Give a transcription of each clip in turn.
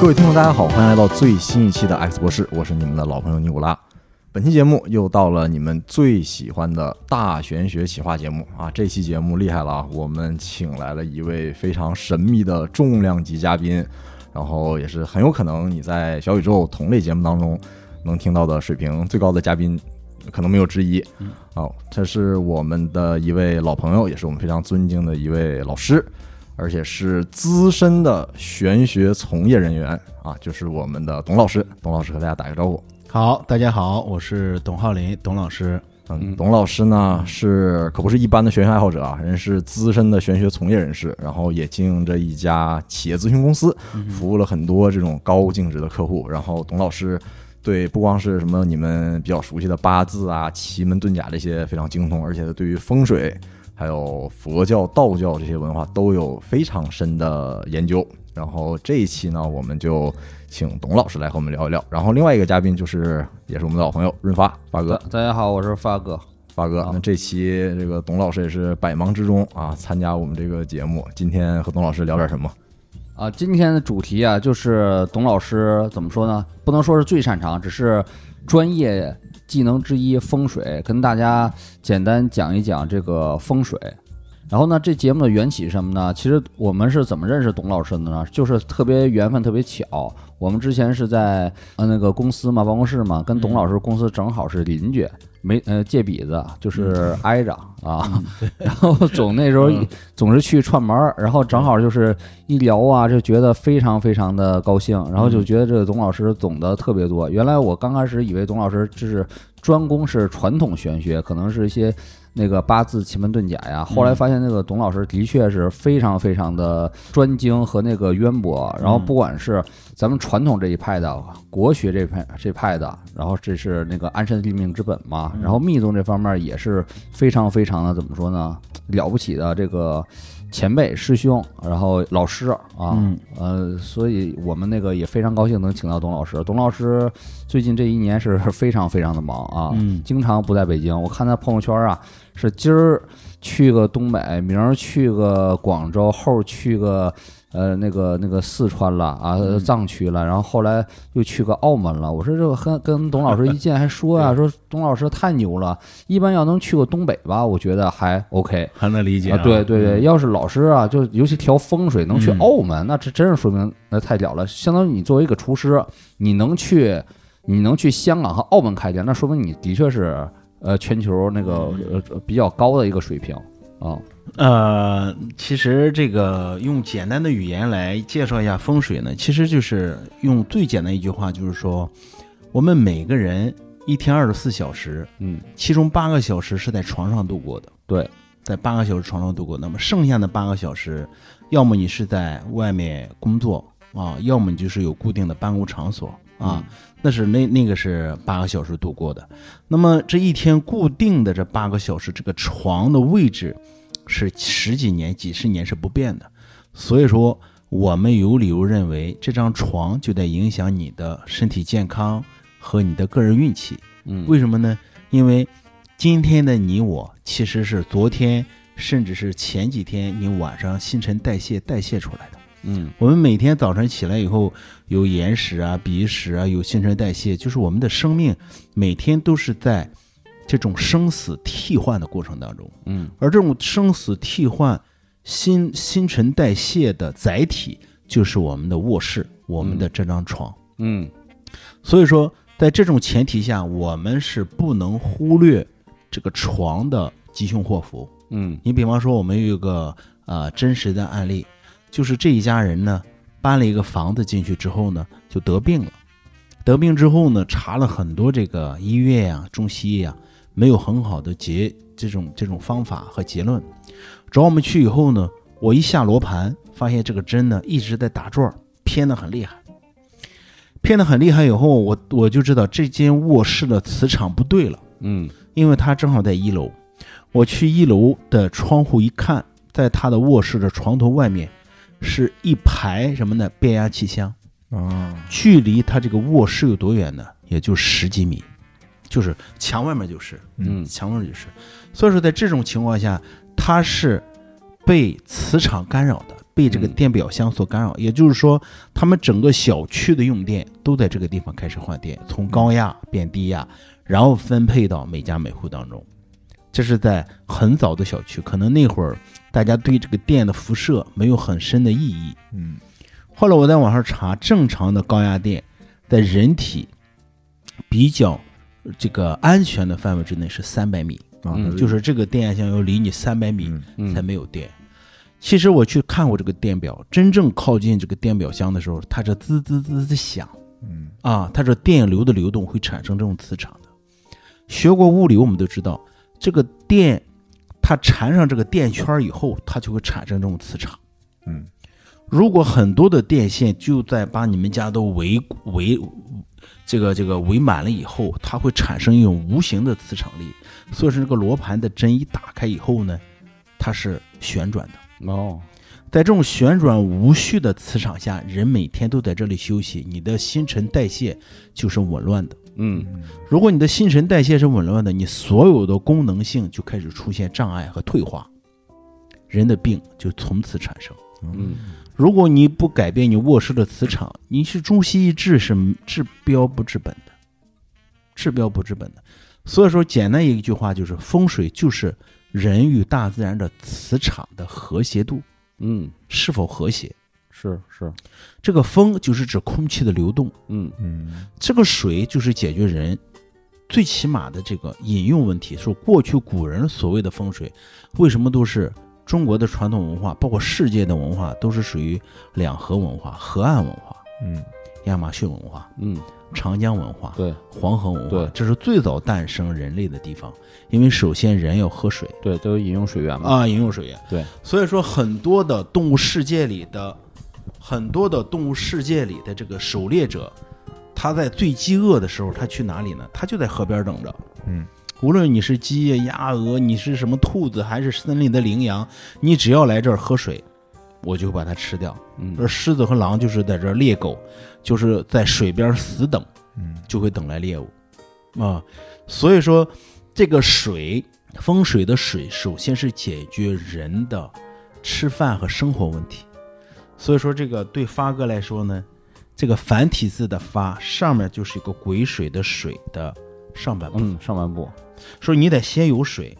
各位听众，大家好，欢迎来到最新一期的 X 博士，我是你们的老朋友尼古拉。本期节目又到了你们最喜欢的大玄学企划节目啊！这期节目厉害了啊，我们请来了一位非常神秘的重量级嘉宾，然后也是很有可能你在小宇宙同类节目当中能听到的水平最高的嘉宾，可能没有之一。哦，这是我们的一位老朋友，也是我们非常尊敬的一位老师。而且是资深的玄学从业人员啊，就是我们的董老师。董老师和大家打个招呼。好，大家好，我是董浩林，董老师。嗯，董老师呢是可不是一般的玄学爱好者啊，人是资深的玄学从业人士，然后也经营着一家企业咨询公司，服务了很多这种高净值的客户。然后董老师对不光是什么你们比较熟悉的八字啊、奇门遁甲这些非常精通，而且对于风水。还有佛教、道教这些文化都有非常深的研究。然后这一期呢，我们就请董老师来和我们聊一聊。然后另外一个嘉宾就是也是我们的老朋友润发发哥，大家好，我是发哥。发哥。那这期这个董老师也是百忙之中啊参加我们这个节目，今天和董老师聊点什么？啊，今天的主题啊，就是董老师怎么说呢？不能说是最擅长，只是专业技能之一——风水，跟大家简单讲一讲这个风水。然后呢，这节目的缘起是什么呢？其实我们是怎么认识董老师的呢？就是特别缘分，特别巧。我们之前是在呃那个公司嘛，办公室嘛，跟董老师公司正好是邻居，没呃借笔子，就是挨着啊。然后 总那时候总是去串门儿，然后正好就是一聊啊，就觉得非常非常的高兴，然后就觉得这个董老师懂得特别多。原来我刚开始以为董老师就是专攻是传统玄学，可能是一些那个八字、奇门遁甲呀。后来发现那个董老师的确是非常非常的专精和那个渊博，然后不管是咱们传统这一派的、国学这派这派的，然后这是那个安身立命之本嘛，然后密宗这方面也是非常非常的怎么说呢，了不起的这个。前辈、师兄，然后老师啊，呃，所以我们那个也非常高兴能请到董老师。董老师最近这一年是非常非常的忙啊，经常不在北京。我看他朋友圈啊，是今儿去个东北，明儿去个广州，后儿去个呃那个那个四川了啊，藏区了，然后后来又去个澳门了。我说这个跟跟董老师一见还说啊，说董老师太牛了，一般要能去过东北吧，我觉得还 OK。还能理解、啊，对，对对，要是老师啊，就尤其调风水能去澳门，那这真是说明那太屌了。相当于你作为一个厨师，你能去，你能去香港和澳门开店，那说明你的确是呃全球那个呃比较高的一个水平啊。呃，其实这个用简单的语言来介绍一下风水呢，其实就是用最简单一句话，就是说，我们每个人一天二十四小时，嗯，其中八个小时是在床上度过的，对，在八个小时床上度过。那么剩下的八个小时，要么你是在外面工作啊，要么你就是有固定的办公场所啊，那是那那个是八个小时度过的。那么这一天固定的这八个小时，这个床的位置是十几年、几十年是不变的，所以说我们有理由认为这张床就在影响你的身体健康和你的个人运气。嗯，为什么呢？因为今天的你我其实是昨天，甚至是前几天你晚上新陈代谢代谢出来的。嗯我们每天早晨起来以后，有眼屎啊、鼻屎啊，有新陈代谢，就是我们的生命每天都是在这种生死替换的过程当中。嗯，而这种生死替换、新新陈代谢的载体，就是我们的卧室，我们的这张床。嗯所以说，在这种前提下，我们是不能忽略这个床的吉凶祸福。嗯你比方说，我们有一个呃真实的案例，就是这一家人呢搬了一个房子进去之后呢，就得病了。得病之后呢，查了很多这个医院呀、中西医呀，没有很好的结这种这种方法和结论。找我们去以后呢，我一下罗盘，发现这个针呢一直在打转儿，偏得很厉害。偏得很厉害以后，我我就知道这间卧室的磁场不对了。嗯因为他正好在一楼。我去一楼的窗户一看，在他的卧室的床头外面是一排什么呢？变压气箱，啊，距离他这个卧室有多远呢？也就十几米，就是墙外面就是，嗯墙外面就是。所以说，在这种情况下，它是被磁场干扰的，被这个嗯电表箱所干扰。也就是说，他们整个小区的用电都在这个地方开始换电，从高压变低压，然后分配到每家每户当中。这是在很早的小区，可能那会儿大家对这个电的辐射没有很深的意义，嗯后来我在网上查，正常的高压电在人体比较这个安全的范围之内是三百米，啊嗯，就是这个电压箱要离你三百米嗯嗯才没有电。其实我去看过这个电表，真正靠近这个电表箱的时候，它这滋滋滋滋响嗯啊，它这电流的流动会产生这种磁场的。学过物理，我们都知道，这个电它缠上这个电圈以后，它就会产生这种磁场。嗯如果很多的电线就在把你们家都围围这个这个围满了以后，它会产生一种无形的磁场力。所以说，这个罗盘的针一打开以后呢，它是旋转的。哦，在这种旋转无序的磁场下，人每天都在这里休息，你的新陈代谢就是紊乱的。嗯如果你的新陈代谢是紊乱的，你所有的功能性就开始出现障碍和退化，人的病就从此产生。嗯如果你不改变你卧室的磁场，你是中西医治是治标不治本的，治标不治本的。所以说，简单一句话就是，风水就是人与大自然的磁场的和谐度嗯，是否和谐。是是，这个风就是指空气的流动，嗯嗯这个水就是解决人最起码的这个饮用问题。说过去古人所谓的风水，为什么都是中国的传统文化，包括世界的文化，都是属于两河文化、河岸文化。嗯亚马逊文化、嗯，长江文化、对黄河文化对，这是最早诞生人类的地方。因为首先人要喝水对，都有饮用水源嘛，啊，饮用水源。对，所以说很多的动物世界里的很多的动物世界里的这个狩猎者，他在最饥饿的时候，他去哪里呢？他就在河边等着。嗯，无论你是鸡呀、鸭、鹅，你是什么兔子，还是森林的羚羊，你只要来这儿喝水，我就把它吃掉。嗯而狮子和狼就是在这儿猎狗，就是在水边死等，嗯就会等来猎物啊。所以说，这个水风水的水，首先是解决人的吃饭和生活问题。所以说，这个对发哥来说呢，这个繁体字的发上面就是一个癸水的水的上半部分，嗯，上半部，说你得先有水，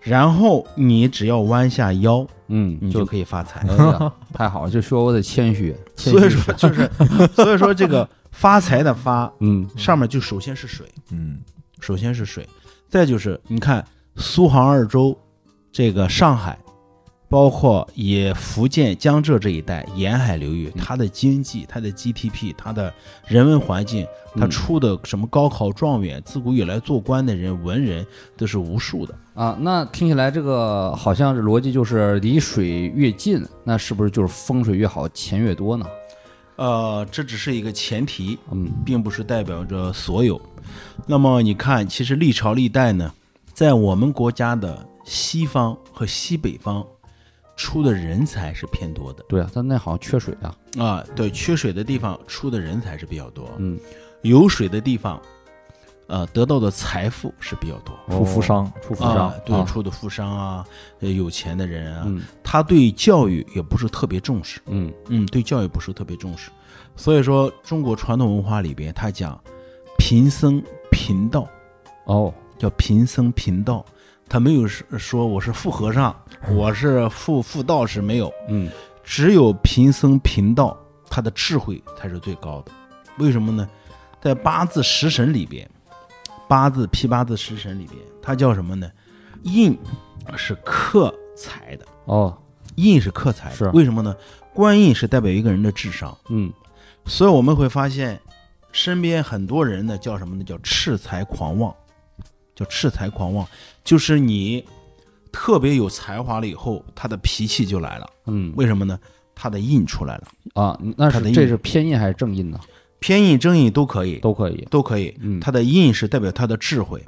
然后你只要弯下腰，嗯，你就就可以发财。哎呀，太好了，就说我得谦虚，谦所以虚说就是，所以说这个发财的发 嗯上面就首先是水，嗯首先是水，再就是你看苏杭二州，这个上海，包括也福建、江浙这一带沿海流域，它的经济、它的 GDP、它的人文环境，它嗯出的什么高考状元，自古以来做官的人、文人都是无数的。啊，那听起来这个好像是逻辑就是离水越近，那是不是就是风水越好，钱越多呢？呃，这只是一个前提，嗯并不是代表着所有。那么你看，其实历朝历代呢，在我们国家的西方和西北方出的人才是偏多的对啊，但那好像缺水啊，啊，对，缺水的地方出的人才是比较多， 嗯，有水的地方，呃，得到的财富是比较多。出哦负伤，出富商啊，对，啊出的富商啊，呃有钱的人啊，嗯他对教育也不是特别重视，嗯嗯，对教育不是特别重视，所以说中国传统文化里边，他讲贫僧贫道，哦，叫贫僧贫道，他没有是说我是富和尚，我是富富道士，没有，嗯只有贫僧贫道，他的智慧才是最高的。为什么呢？在八字十神里边，八字批八字十神里边，它叫什么呢？印是克财的，哦，印是克财的，是为什么呢？官印是代表一个人的智商。嗯所以我们会发现，身边很多人呢叫什么呢？叫恃才狂妄，叫恃才狂妄，就是你特别有才华了以后，他的脾气就来了。嗯为什么呢？他的印出来了，啊，那它是的印这是偏印还是正印呢？偏印、正印都可以，都可以，都可以。嗯他的印是代表他的智慧，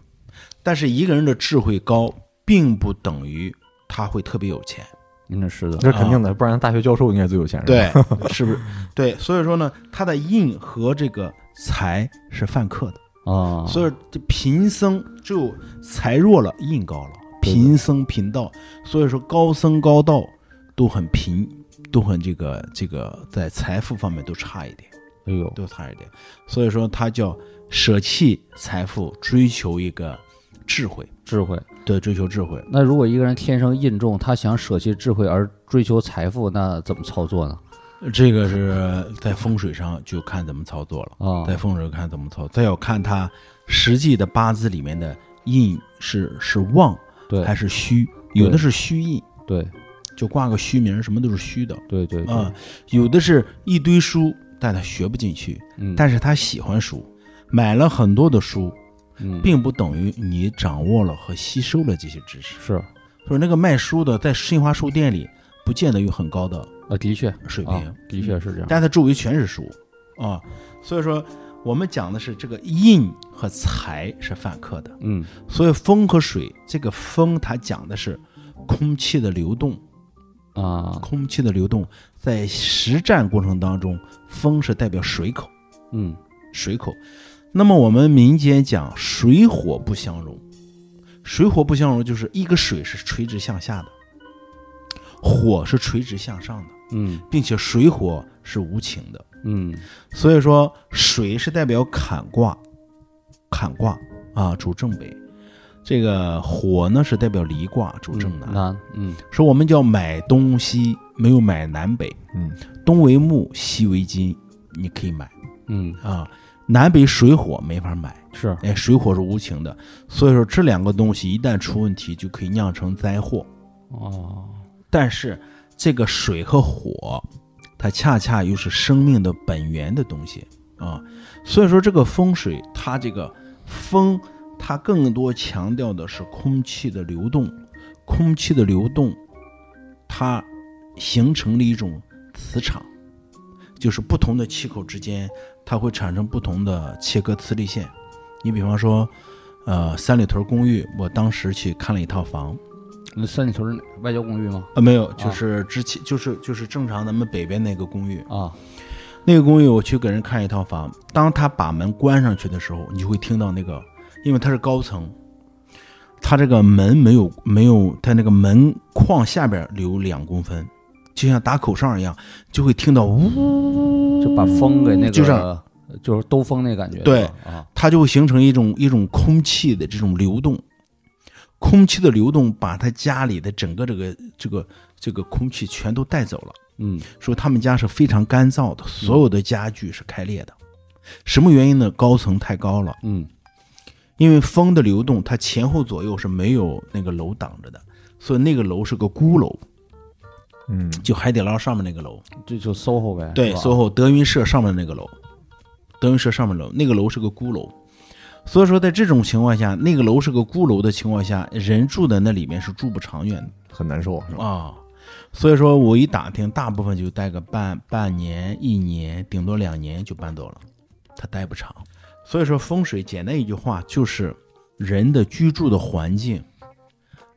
但是一个人的智慧高，并不等于他会特别有钱。嗯，是的，这肯定的，不然大学教授应该最有钱人。，对， 是不是？对，所以说呢，他的印和这个财是犯克的，啊，所以这贫僧只有财弱了，印高了，对的贫僧贫道，所以说高僧高道都很贫，都很这个这个在财富方面都差一点，哎呦，都差一点，所以说他叫舍弃财富，追求一个智慧，智慧。对，追求智慧。那如果一个人天生印重，他想舍弃智慧而追求财富，那怎么操作呢？这个是在风水上就看怎么操作了。啊，在风水看怎么操，再要看他实际的八字里面的印是是旺对还是虚，有的是虚印，对就挂个虚名，什么都是虚的对对啊、有的是一堆书，但他学不进去，嗯，但是他喜欢书，买了很多的书，嗯并不等于你掌握了和吸收了这些知识。是啊所以那个卖书的在新华书店里，不见得有很高的啊，的确水平，啊，的确是这样。但它周围全是书啊，所以说我们讲的是这个印和财是犯克的，嗯所以风和水，这个风它讲的是空气的流动，啊，空气的流动在实战过程当中，风是代表水口，嗯水口。那么我们民间讲水火不相容，水火不相容就是一个水是垂直向下的，火是垂直向上的，嗯并且水火是无情的。嗯所以说水是代表坎卦，坎卦啊主正北，这个火呢是代表离卦主正南。难，嗯说我们叫买东西没有买南北，嗯，东为木，西为金，你可以买嗯啊。南北水火没法买，是哎，水火是无情的，所以说这两个东西一旦出问题，就可以酿成灾祸。哦，但是这个水和火，它恰恰又是生命的本源的东西啊。所以说，这个风水它这个风，它更多强调的是空气的流动，空气的流动，它形成了一种磁场，就是不同的气口之间，它会产生不同的切割磁力线。你比方说，呃，三里屯公寓，我当时去看了一套房，那三里屯是哪外交公寓吗？啊，没有，啊就是之前、就是就是正常咱们北边那个公寓，啊，那个公寓我去给人看一套房，当他把门关上去的时候，你就会听到那个，因为它是高层，它这个门没有没有，它那个门框下边留两公分，就像打口哨一样，就会听到呜，就把风给那个嗯就这样呃就是兜风那感觉，对是吧啊，它就会形成一种一种空气的这种流动，空气的流动把他家里的整个这个这个这个空气全都带走了。嗯说他们家是非常干燥的，所有的家具是开裂的。什么原因呢？高层太高了，嗯因为风的流动，它前后左右是没有那个楼挡着的，所以那个楼是个孤楼，嗯，就海底捞上面那个楼，这就 SOHO 呗，对是吧，SOHO 德云社上面那个楼，德云社上面楼那个楼是个孤楼，所以说在这种情况下，那个楼是个孤楼的情况下，人住在那里面是住不长远的。很难受，是吧？啊、所以说我一打听，大部分就待个半半年、一年，顶多两年就搬走了，他待不长。所以说风水简单一句话就是人的居住的环境、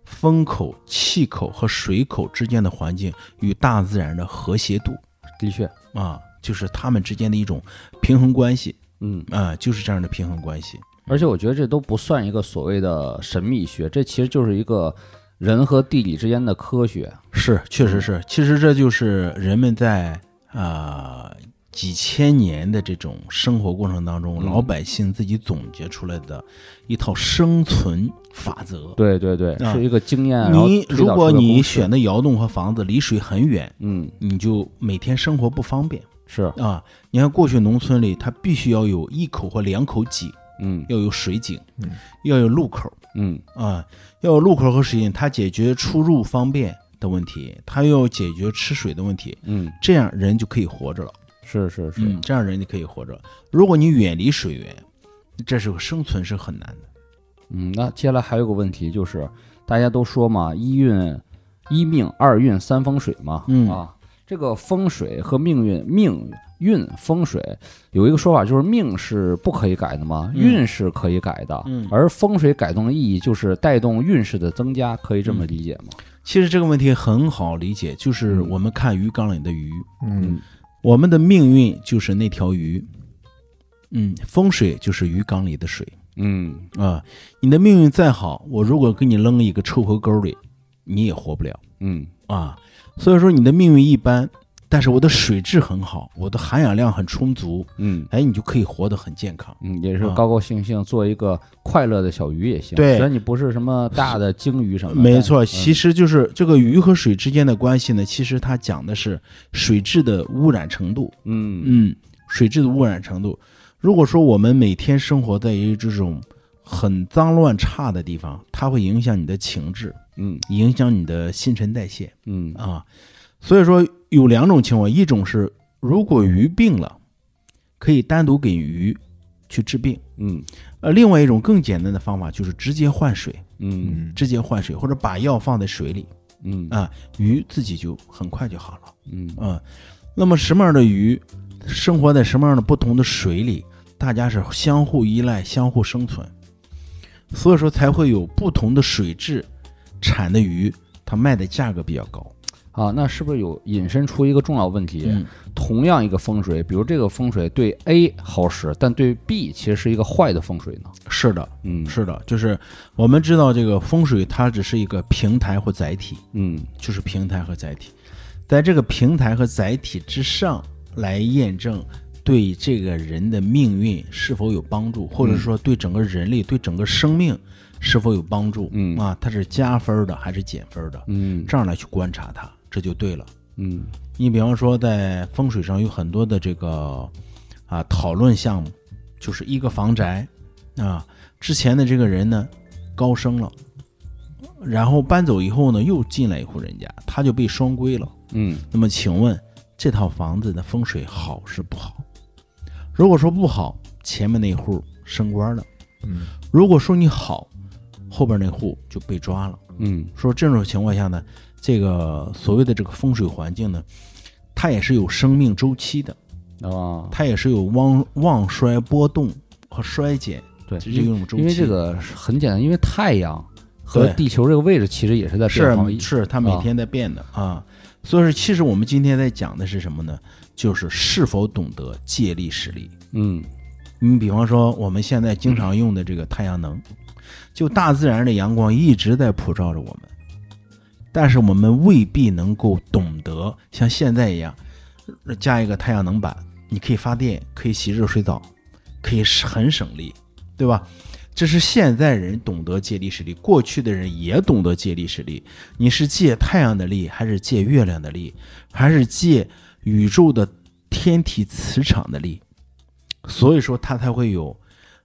风口、气口和水口之间的环境与大自然的和谐度的确，啊，就是他们之间的一种平衡关系嗯，啊，就是这样的平衡关系。而且我觉得这都不算一个所谓的神秘学，这其实就是一个人和地理之间的科学，是，确实是。其实这就是人们在啊、呃几千年的这种生活过程当中，嗯老百姓自己总结出来的一套生存法则。对对对，啊是一个经验。嗯然后你推如导果出的你公式选，的窑洞和房子离水很远，嗯，你就每天生活不方便是，啊。你看过去农村里，它必须要有一口或两口井，嗯要有水井，嗯要有路口，嗯啊，要有路口和水井，它解决出入方便的问题，它又要解决吃水的问题，嗯，这样人就可以活着了。是是是，嗯，这样人就可以活着。如果你远离水源，这是生存是很难的。嗯，那接下来还有个问题就是，大家都说嘛，一运、一命、二运、三风水嘛，嗯啊，这个风水和命运、命运、风水有一个说法，就是命是不可以改的嘛，嗯运是可以改的，嗯而风水改动的意义就是带动运势的增加，可以这么理解吗？其实这个问题很好理解，就是我们看鱼缸里的鱼，嗯我们的命运就是那条鱼。嗯，风水就是鱼缸里的水嗯啊、你的命运再好，我如果给你扔一个臭河沟里，你也活不了嗯啊。所以说你的命运一般，但是我的水质很好，我的含氧量很充足，嗯哎，你就可以活得很健康。嗯，也是高高兴兴做一个快乐的小鱼也行。对虽然你不是什么大的鲸鱼什嗯么的，没错，但其实就是这个鱼和水之间的关系呢，其实它讲的是水质的污染程度。嗯嗯，水质的污染程度。如果说我们每天生活在一这种很脏乱差的地方，它会影响你的情志，嗯影响你的新陈代谢嗯啊。所以说有两种情况，一种是如果鱼病了，可以单独给鱼去治病；嗯呃，另外一种更简单的方法就是直接换水，嗯嗯直接换水，或者把药放在水里，嗯啊，鱼自己就很快就好了。嗯嗯，那么什么样的鱼生活在什么样的不同的水里，大家是相互依赖、相互生存，所以说才会有不同的水质产的鱼，它卖的价格比较高。啊，那是不是有引申出一个重要问题？嗯同样一个风水，比如这个风水对 A 好使，但对 B 其实是一个坏的风水呢？是的，嗯是的，就是我们知道这个风水，它只是一个平台或载体，嗯就是平台和载体，在这个平台和载体之上来验证对这个人的命运是否有帮助，或者嗯说对整个人类、对整个生命是否有帮助。嗯啊，它是加分的还是减分的？嗯这样来去观察它，这就对了。嗯你比方说，在风水上有很多的这个啊讨论项目，就是一个房宅啊，之前的这个人呢高升了，然后搬走以后呢又进来一户人家，他就被双规了。嗯那么请问这套房子的风水好是不好？如果说不好，前面那户升官了；嗯如果说你好，后边那户就被抓了。嗯说这种情况下呢，这个所谓的这个风水环境呢，它也是有生命周期的，啊，它也是有旺旺衰波动和衰减对，这种周期。因为这个是很简单，因为太阳和对地球这个位置其实也是在变化是。是，它每天在变的啊所以说，其实我们今天在讲的是什么呢？就是是否懂得借力使力。嗯你比方说，我们现在经常用的这个太阳能，就大自然的阳光一直在普照着我们，但是我们未必能够懂得像现在一样，呃加一个太阳能板，你可以发电，可以洗热水澡，可以很省力，对吧？这是现在人懂得借力使力，过去的人也懂得借力使力。你是借太阳的力，还是借月亮的力，还是借宇宙的天体磁场的力？所以说它才会有，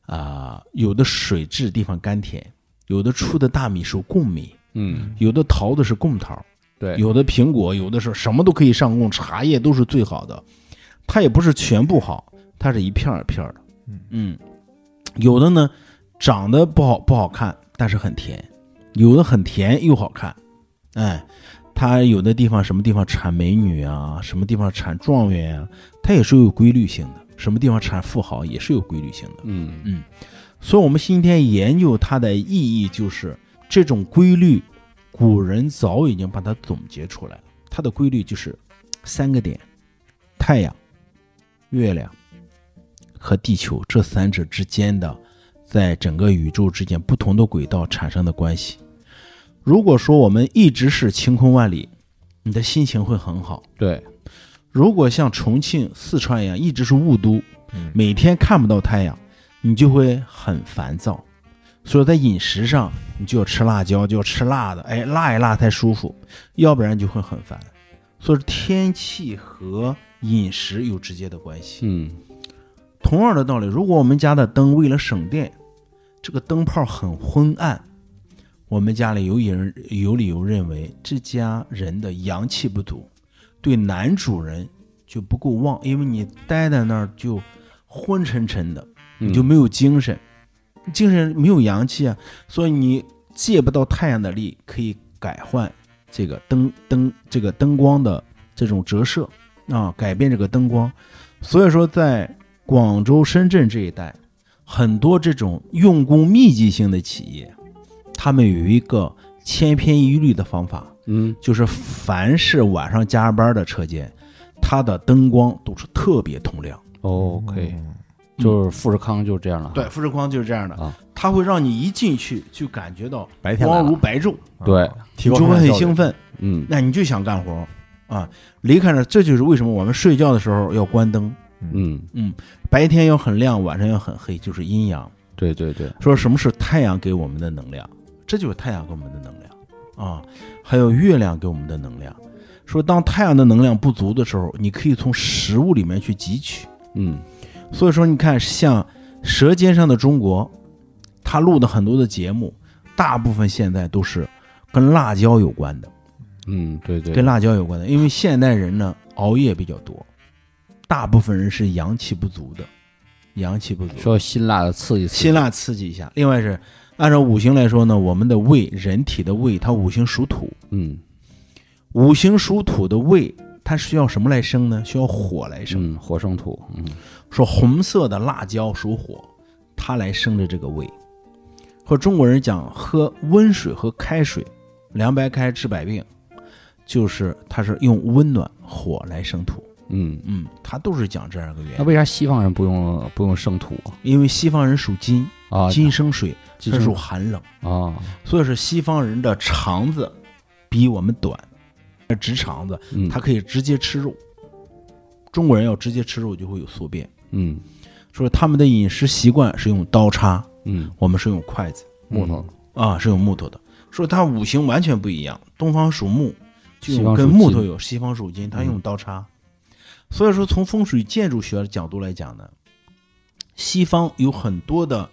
啊、有的水质地方甘甜，有的出的大米是贡米，嗯，有的桃子是贡桃，对，有的苹果，有的是什么都可以上供，茶叶都是最好的。它也不是全部好，它是一片儿一片儿的。嗯有的呢长得不好不好看，但是很甜；有的很甜又好看。哎，它有的地方什么地方产美女啊，什么地方产状元啊，它也是有规律性的。什么地方产富豪也是有规律性的。嗯所以，我们今天研究它的意义，就是这种规律，古人早已经把它总结出来了。它的规律就是三个点：太阳、月亮和地球这三者之间的，在整个宇宙之间不同的轨道产生的关系。如果说我们一直是晴空万里，你的心情会很好；对，如果像重庆、四川一样，一直是雾都，嗯每天看不到太阳，你就会很烦躁。所以在饮食上，你就要吃辣椒，就要吃辣的，哎，辣一辣才舒服，要不然就会很烦。所以天气和饮食有直接的关系。嗯同样的道理，如果我们家的灯为了省电，这个灯泡很昏暗，我们家里有人有理由认为这家人的阳气不足，对男主人就不够旺，因为你待在那儿就昏沉沉的，嗯你就没有精神，精神没有阳气啊，所以你借不到太阳的力，可以改换这个灯灯这个灯光的这种折射啊，改变这个灯光。所以说，在广州、深圳这一带，很多这种用工密集性的企业，他们有一个千篇一律的方法，嗯，就是凡是晚上加班的车间，它的灯光都是特别通亮。哦，可以，嗯就是富士康就是这样了，嗯啊对，富士康就是这样的，啊它会让你一进去就感觉到白天来光了如白昼，啊对，提你高就会生产很效率兴奋，嗯，那你就想干活啊。离开了，这就是为什么我们睡觉的时候要关灯，嗯，白天要很亮，晚上要很黑，就是阴阳。对对对，说什么是太阳给我们的能量，这就是太阳给我们的能量啊，还有月亮给我们的能量。说当太阳的能量不足的时候，你可以从食物里面去汲取。嗯所以说，你看像《舌尖上的中国》，他录的很多的节目，大部分现在都是跟辣椒有关的，嗯，对对，跟辣椒有关的，因为现代人呢熬夜比较多，大部分人是阳气不足的，阳气不足。需要辛辣的刺激刺激，辛辣刺激一下。另外是按照五行来说呢，我们的胃，人体的胃，它五行属土，嗯五行属土的胃，它需要什么来生呢？需要火来生。嗯，火生土，嗯说红色的辣椒属火，它来生着这个胃。或者中国人讲喝温水和开水，凉白开治百病，就是它是用温暖火来生土。嗯，嗯，它都是讲这样一个原那因。为啥西方啊人不用不用生土因为西方人属金，啊？金生水，金它生属寒冷。啊，所以说西方人的肠子比我们短，直肠子，嗯，他可以直接吃肉。中国人要直接吃肉就会有宿便，嗯所以他们的饮食习惯是用刀叉，嗯我们是用筷子木头，啊，是用木头的。说他五行完全不一样，东方属木，就西用方属跟金嗯木头有；西方属金，他用刀叉。所以说，从风水建筑学的角度来讲呢，西方有很多的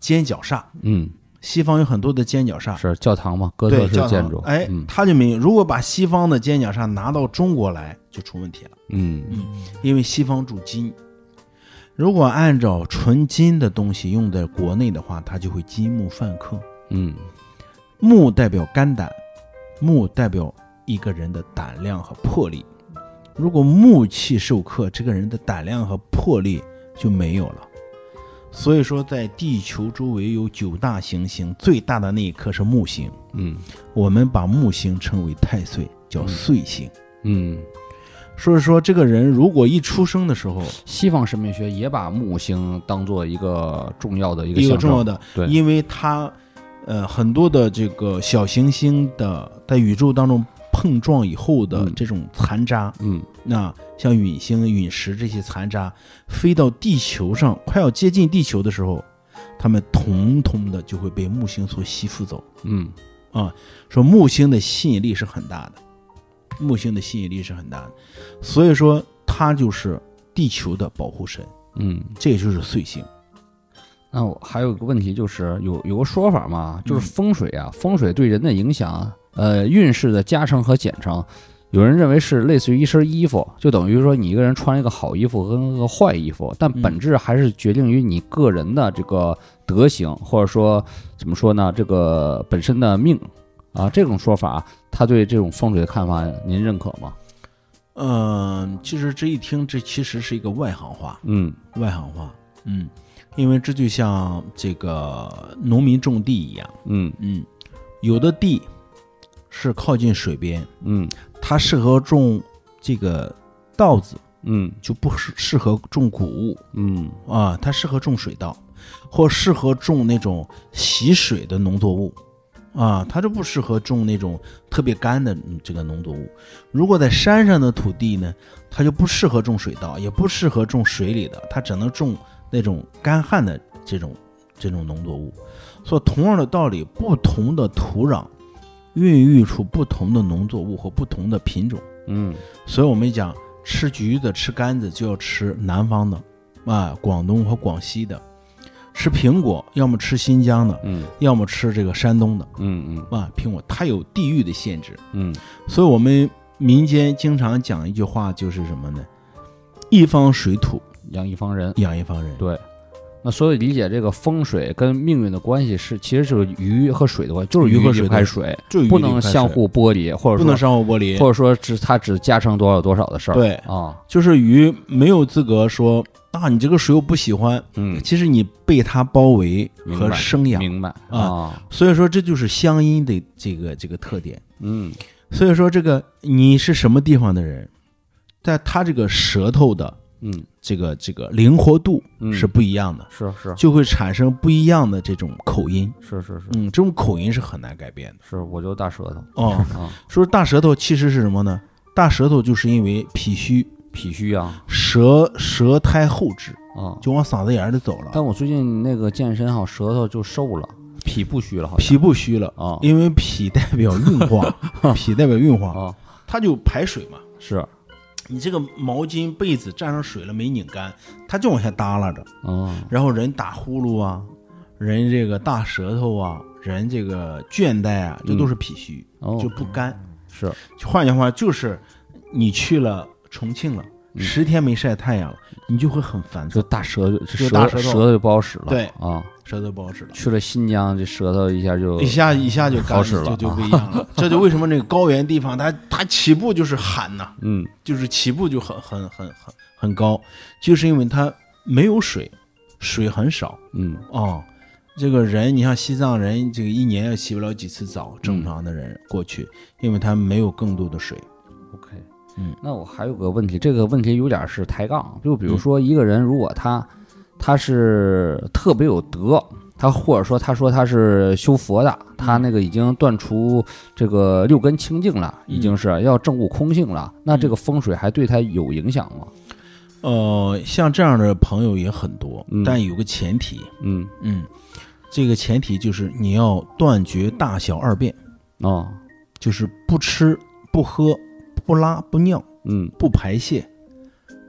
尖角煞，嗯西方有很多的尖角煞，是教堂嘛，哥特啊对，式教建堂筑，哎，嗯他就没有。如果把西方的尖角煞拿到中国来，就出问题了，嗯因为西方主金。如果按照纯金的东西用在国内的话，它就会金木犯克。嗯木代表肝胆，木代表一个人的胆量和魄力。如果木气受克，这个人的胆量和魄力就没有了。所以说，在地球周围有九大行星，最大的那一颗是木星。嗯我们把木星称为太岁，叫岁星。嗯，所以说，这个人如果一出生的时候，西方神秘学也把木星当做一个重要的一个一个象重要征，的，对因为他，呃，很多的这个小行星的在宇宙当中碰撞以后的嗯这种残渣，嗯那像陨星、陨石这些残渣飞到地球上，快要接近地球的时候，它们统统的就会被木星所吸附走。嗯啊，说木星的吸引力是很大的，木星的吸引力是很大的，所以说它就是地球的保护神，嗯。这也就是岁星。那我还有一个问题，就是有有个说法嘛，就是风水啊，风水对人的影响，呃，运势的加成和减成，有人认为是类似于一身衣服，就等于说你一个人穿一个好衣服跟个坏衣服，但嗯本质还是决定于你个人的这个德行，或者说怎么说呢，这个本身的命啊，这种说法，他对这种风水的看法，您认可吗？嗯、其实这一听，这其实是一个外行话，嗯外行话，嗯，因为这就像这个农民种地一样，嗯嗯，有的地是靠近水边，嗯它适合种这个稻子，嗯就不适适合种谷物，嗯啊，它适合种水稻，或适合种那种吸水的农作物，啊，它就不适合种那种特别干的嗯这个农作物。如果在山上的土地呢，它就不适合种水稻，也不适合种水里的，它只能种那种干旱的这种这种农作物。所以，同样的道理，不同的土壤孕育出不同的农作物和不同的品种。嗯所以我们讲吃橘子、吃柑子就要吃南方的，啊，广东和广西的；吃苹果，要么吃新疆的，嗯要么吃这个山东的，嗯啊，苹果它有地域的限制。嗯所以我们民间经常讲一句话，就是什么呢？一方水土养一方人。养一方人。对，那所以理解这个风水跟命运的关系是，其实就是鱼和水的关系，就是鱼和水水的拍水，就有不一定能关系相，互剥离，或者不能说相互剥离或。者说只它只加成多少多少的事儿。对啊，就是鱼没有资格说那你这个水我不喜欢，嗯，其实你被它包围明和白生养，明白啊，所以说这就是乡音的这个这个特点。嗯所以说这个你是什么地方的人，在他这个舌头的嗯这个这个灵活度嗯，是不一样的，是是就会产生不一样的这种口音。是是是嗯，这种口音是很难改 变的是，我就大舌头哦。啊，说大舌头其实是什么呢？大舌头就是因为脾虚，脾虚啊舌舌苔厚直，啊。就往嗓子眼儿里走了。但我最近那个健身哈，舌头就瘦了，脾不虚了，好像脾不虚了，啊因为脾代表运 化，脾代表运化，啊它就排水嘛。是你这个毛巾被子沾上水了没拧干，它就往下耷拉着，啊然后人打呼噜啊，人这个大舌头啊，人这个倦怠啊，这都是脾虚，哦就不干。是换句话就是，你去了重庆了，嗯十天没晒太阳了，你就会很烦就躁，大舌头，就大舌舌头舌头就不好使了，对啊，舌头不好使了。去了新疆这舌头一下就一下一下就干呃好使了就啊就不一样了。这就为什么那个高原地方，它它起步就是喊呐、嗯就是起步就很很很很很高，就是因为它没有水，水很少嗯哦。这个人，你像西藏人，这个一年也洗不了几次澡，正常的嗯人过去，因为他没有更多的水。 OK，嗯，那我还有个问题，这个问题有点是抬杠，就比嗯如说一个人如果他、他是特别有德，他或者说他说他是修佛的，他那个已经断除这个六根清净了，嗯已经是要证悟空性了，那这个风水还对他有影响吗？呃，像这样的朋友也很多，哦嗯但有个前提，嗯，嗯，这个前提就是你要断绝大小二便，哦，就是不吃、不喝、不拉、不尿、嗯，不排泄，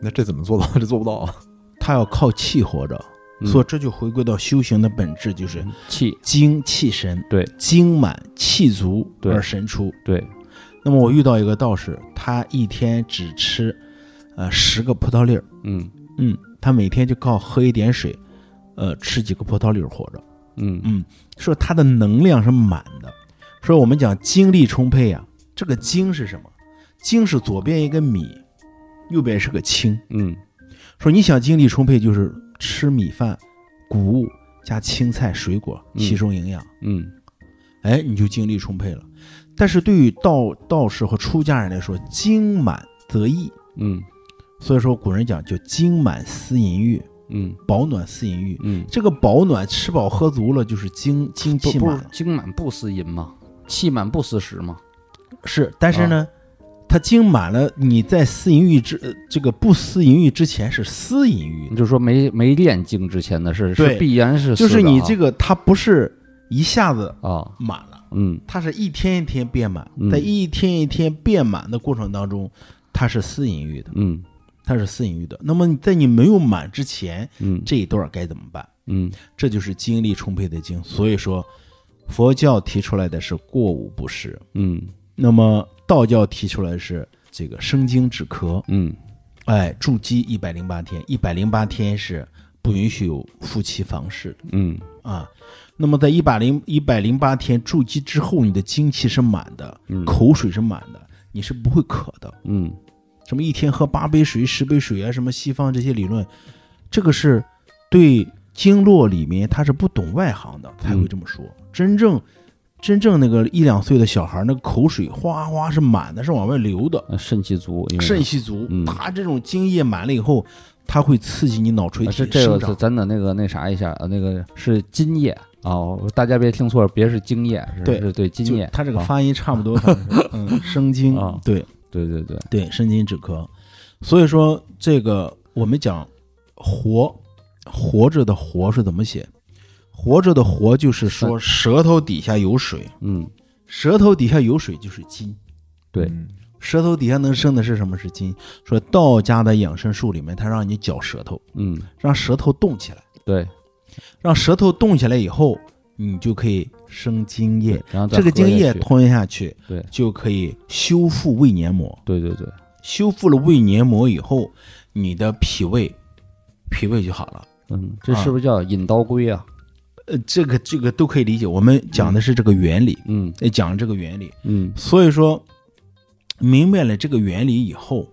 那这怎么做到？ 这做不到啊！他要靠气活着。嗯所以这就回归到修行的本质，就是气，精气神，对，精满气足对而神出。对，那么我遇到一个道士，他一天只吃，呃，十个葡萄粒儿，嗯嗯，他每天就靠喝一点水，呃，吃几个葡萄粒儿活着，嗯嗯，说他的能量是满的。说我们讲精力充沛啊，这个精是什么？精是左边一个米，右边是个清。嗯说你想精力充沛，就是吃米饭、谷物加青菜、水果，嗯吸收营养，嗯哎，你就精力充沛了。但是对于道道士和出家人来说，精满则溢，嗯所以说古人讲叫精满思淫欲，嗯保暖思淫欲。嗯，这个保暖，吃饱喝足了就是精精不气不满是了，精满不思淫吗？气满不思食吗？是。但是呢，哦他精满了，你在思淫欲之、呃这个不思淫欲之前是思淫欲你，就说没没练精之前的是是对必然是就是你这个个它不是一下子啊，满了。嗯它是一天一天变满，嗯在一天一天变满的过程当中，它是私隐欲的，嗯它是私隐欲的。那么你在你没有满之前，嗯这一段该怎么办？嗯这就是精力充沛的精。所以说，佛教提出来的是过午不食，嗯那么道教提出来的是这个生津止咳，嗯哎，筑基一百零八天，一百零八天是不允许有夫妻房事的嗯啊。那么在一百零一百零八天筑基之后，你的精气是满的，嗯口水是满的，你是不会渴的。嗯什么一天喝八杯水、十杯水啊，什么西方这些理论，这个是对经络里面他是不懂外行的才会这么说。嗯真正真正那个一两岁的小孩，那口水哗哗是满的，是往外流的，呃肾气足，因为肾气足嗯，他这种精液满了以后，它会刺激你脑垂啊这体这生个是长。咱的那个那啥一下，呃，那个是津液啊，大家别听错了，别是精液，是对是对津就液，他这个啊发音差不 多，反正是嗯，生津啊，对对对对，对，生津止咳。所以说，这个我们讲活活着的活是怎么写？活着的活就是说舌头底下有水，嗯舌头底下有水就是津，对嗯舌头底下能生的是什么？是津。说道家的养生术里面，它让你嚼舌头，嗯让舌头动起来，对，让舌头动起来以后，你就可以生津液。然后再这个喝津下液去吞下去，对就可以修复胃黏膜。对对对，修复了胃黏膜以后，你的脾胃，脾胃就好了。嗯，这啊是不是叫引刀龟啊？呃，这个这个都可以理解。我们讲的是这个原理，嗯呃，讲这个原理。嗯所以说，明白了这个原理以后，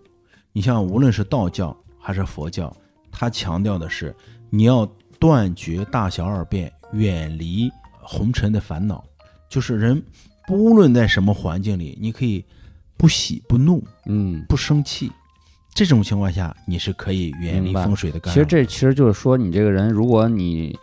你像无论是道教还是佛教，他强调的是你要断绝大小二便，远离红尘的烦恼。就是人不论在什么环境里，你可以不喜不怒嗯，不生气，这种情况下你是可以远离明白风水的其干扰。实这其实就是说，你这个人，如果你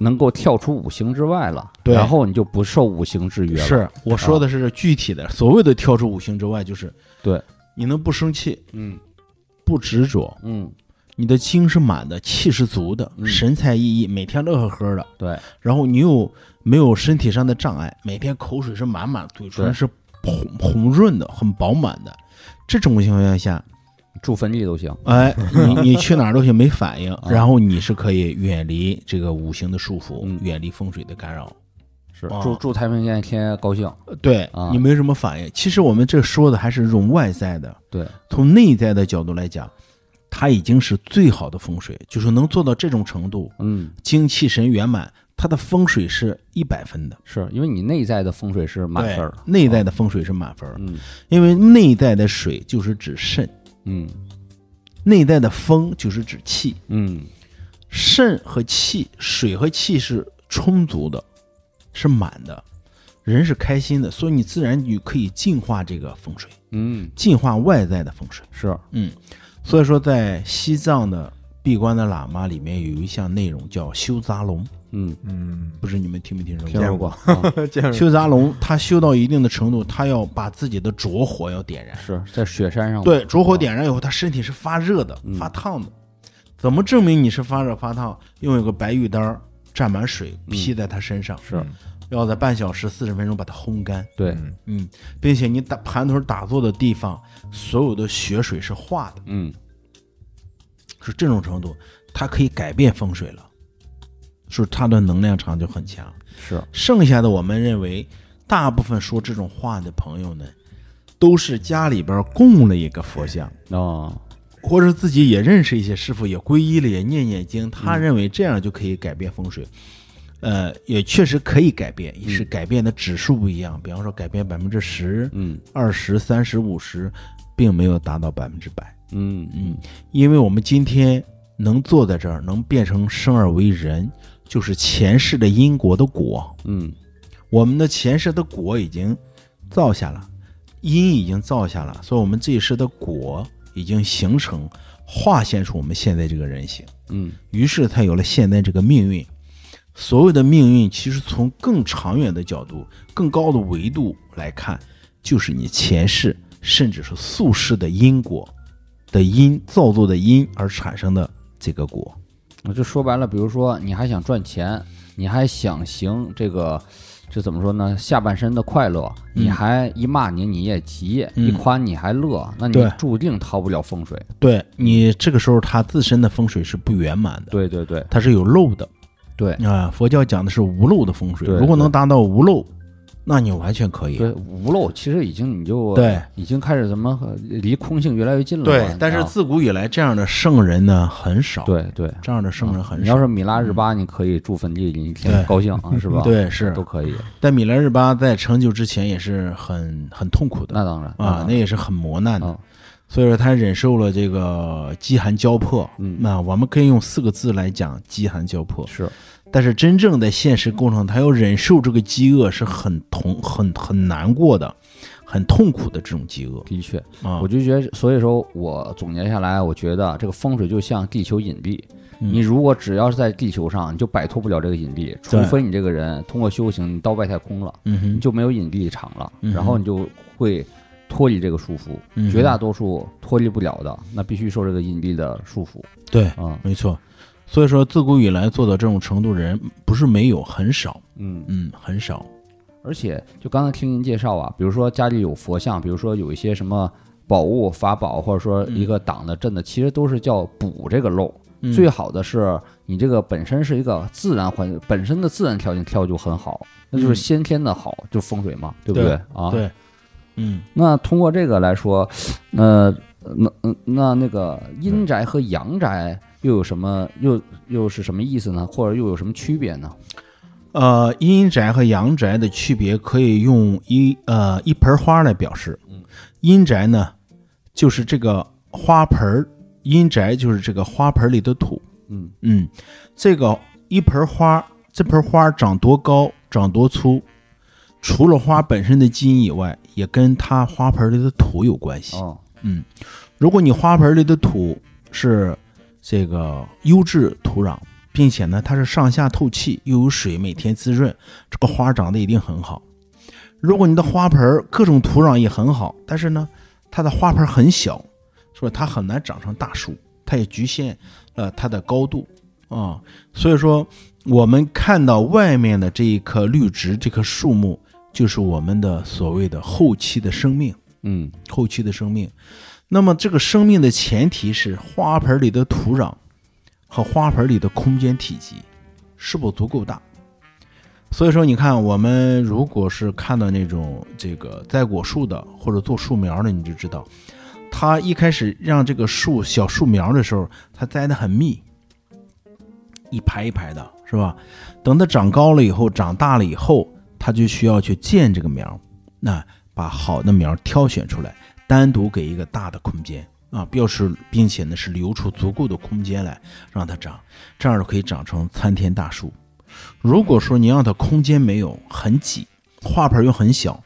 能够跳出五行之外了，对然后你就不受五行制约了。，是我说的是具体的，所谓的跳出五行之外，就是对你能不生气、嗯不执着，嗯，你的精是满的，气是足的，嗯神采奕奕，每天乐呵呵的，对，然后你又没有身体上的障碍，每天口水是满满，嘴唇对是红红润的，很饱满的。这种情况下，住坟地都行。哎， 你你去哪儿都行，没反应，啊然后你是可以远离这个五行的束缚，嗯远离风水的干扰。是啊住住太平间天天高兴，对、啊你没什么反应。其实我们这说的还是这种外在的，对，从内在的角度来讲，它已经是最好的风水，就是能做到这种程度，嗯，精气神圆满，它的风水是一百分的，是因为你内在的风水是满分儿对的，内在的风水是满分儿，嗯因为内在的水就是指肾，嗯内在的风就是指气，嗯，肾和气，水和气是充足的，是满的，人是开心的，所以你自然你可以净化这个风水，嗯，净化外在的风水。是，嗯，所以说在西藏的闭关的喇嘛里面有一项内容叫修杂龙，嗯，嗯，不知你们听没听说听过？说过，啊见着修杂龙，他修到一定的程度，他要把自己的着火要点燃，是在雪山上，对，着火点燃以后，他身体是发热的、嗯发烫的。怎么证明你是发热发烫？用一个白玉单儿蘸满水披在他身上，是要在半小时、四十分钟把它烘干。对，嗯，并且你打盘腿打坐的地方，所有的血水是化的，嗯是这种程度，它可以改变风水了，是它的能量场就很强。是，剩下的我们认为，大部分说这种话的朋友呢，都是家里边供了一个佛像，哦，或者自己也认识一些师傅，也皈依了，也念念经，他认为这样就可以改变风水。呃，也确实可以改变，也是改变的指数不一样。比方说，改变百分之十、嗯二十、三十、五十，并没有达到百分之百。嗯嗯，因为我们今天能坐在这儿，能变成生而为人，就是前世的因果的果。嗯我们的前世的果已经造下了，因已经造下了，所以我们这一世的果已经形成，化现出我们现在这个人形，嗯，于是才有了现在这个命运。所有的命运，其实从更长远的角度、更高的维度来看，就是你前世甚至是宿世的因果的因造作的因而产生的这个果。我就说白了，比如说你还想赚钱，你还想行这个。这怎么说呢？下半身的快乐，你还一骂你你也急，一夸你还乐，那你对注定逃不了风水。对你这个时候，它自身的风水是不圆满的，对对对它是有漏的。对啊，佛教讲的是无漏的风水，对如果能达到无漏，那你完全可以。对，无漏其实已经你就对已经开始怎么呃离空性越来越近了嘛。对，但是啊自古以来这样的圣人呢很少，对对，这样的圣人很嗯你要少。是米拉日巴，你可以住坟地，你天对天高兴啊，是吧？，嗯对，是都。可以。但米兰日巴在成就之前也是很很痛苦的那当然啊，那也是很磨难的啊，，所以说他忍受了这个饥寒交迫。嗯那我们可以用四个字来讲饥寒交迫，是但是真正在现实过程，他要忍受这个饥饿是很痛、很很难过的，很痛苦的这种饥饿的确，啊我。就觉得，所以说我总结下来，我觉得这个风水就像地球引力，嗯你如果只要是在地球上，你就摆脱不了这个引力，除对非你这个人通过修行，你到外太空了，嗯哼你，就没有引力场了，嗯哼然后你就会脱离这个束缚。嗯绝大多数脱离不了的，那必须受这个引力的束缚对，啊。没错。所以说，自古以来做到这种程度的人不是没有，很少，嗯，嗯，很少。而且就刚才听您介绍啊，比如说家里有佛像，比如说有一些什么宝物、法宝，或者说一个党的镇的，其实都是叫补这个漏。嗯最好的是你这个本身是一个自然环境，本身的自然条件跳就很好，那就是先天的好，就风水嘛，对不对啊？对，嗯，那通过这个来说，呃，那那那那个阴宅和阳宅又有什么又又是什么意思呢？或者又有什么区别呢？呃，阴宅和阳宅的区别可以用一呃一盆花来表示。阴宅呢，就是这个花盆儿阴宅就是这个花盆里的土。嗯嗯，这个一盆花，这盆花长多高，长多粗，除了花本身的基因以外，也跟它花盆里的土有关系。哦，嗯，如果你花盆里的土是这个优质土壤，并且呢它是上下透气，又有水每天滋润，这个花长得一定很好。如果你的花盆儿各种土壤也很好，但是呢它的花盆儿很小，所以它很难长成大树，它也局限了它的高度啊、所以说，我们看到外面的这一棵绿植，这棵树木，就是我们的所谓的后期的生命。嗯后期的生命。那么这个生命的前提是花盆里的土壤和花盆里的空间体积是否足够大。所以说，你看，我们如果是看到那种这个栽果树的或者做树苗的，你就知道，它一开始让这个树小树苗的时候，它栽得很密，一排一排的，是吧？等它长高了以后，长大了以后，它就需要去建这个苗，那把好的苗挑选出来，单独给一个大的空间啊，标识，并且呢是留出足够的空间来让它长，这样就可以长成参天大树。如果说你让它空间没有很挤，花盆又很小，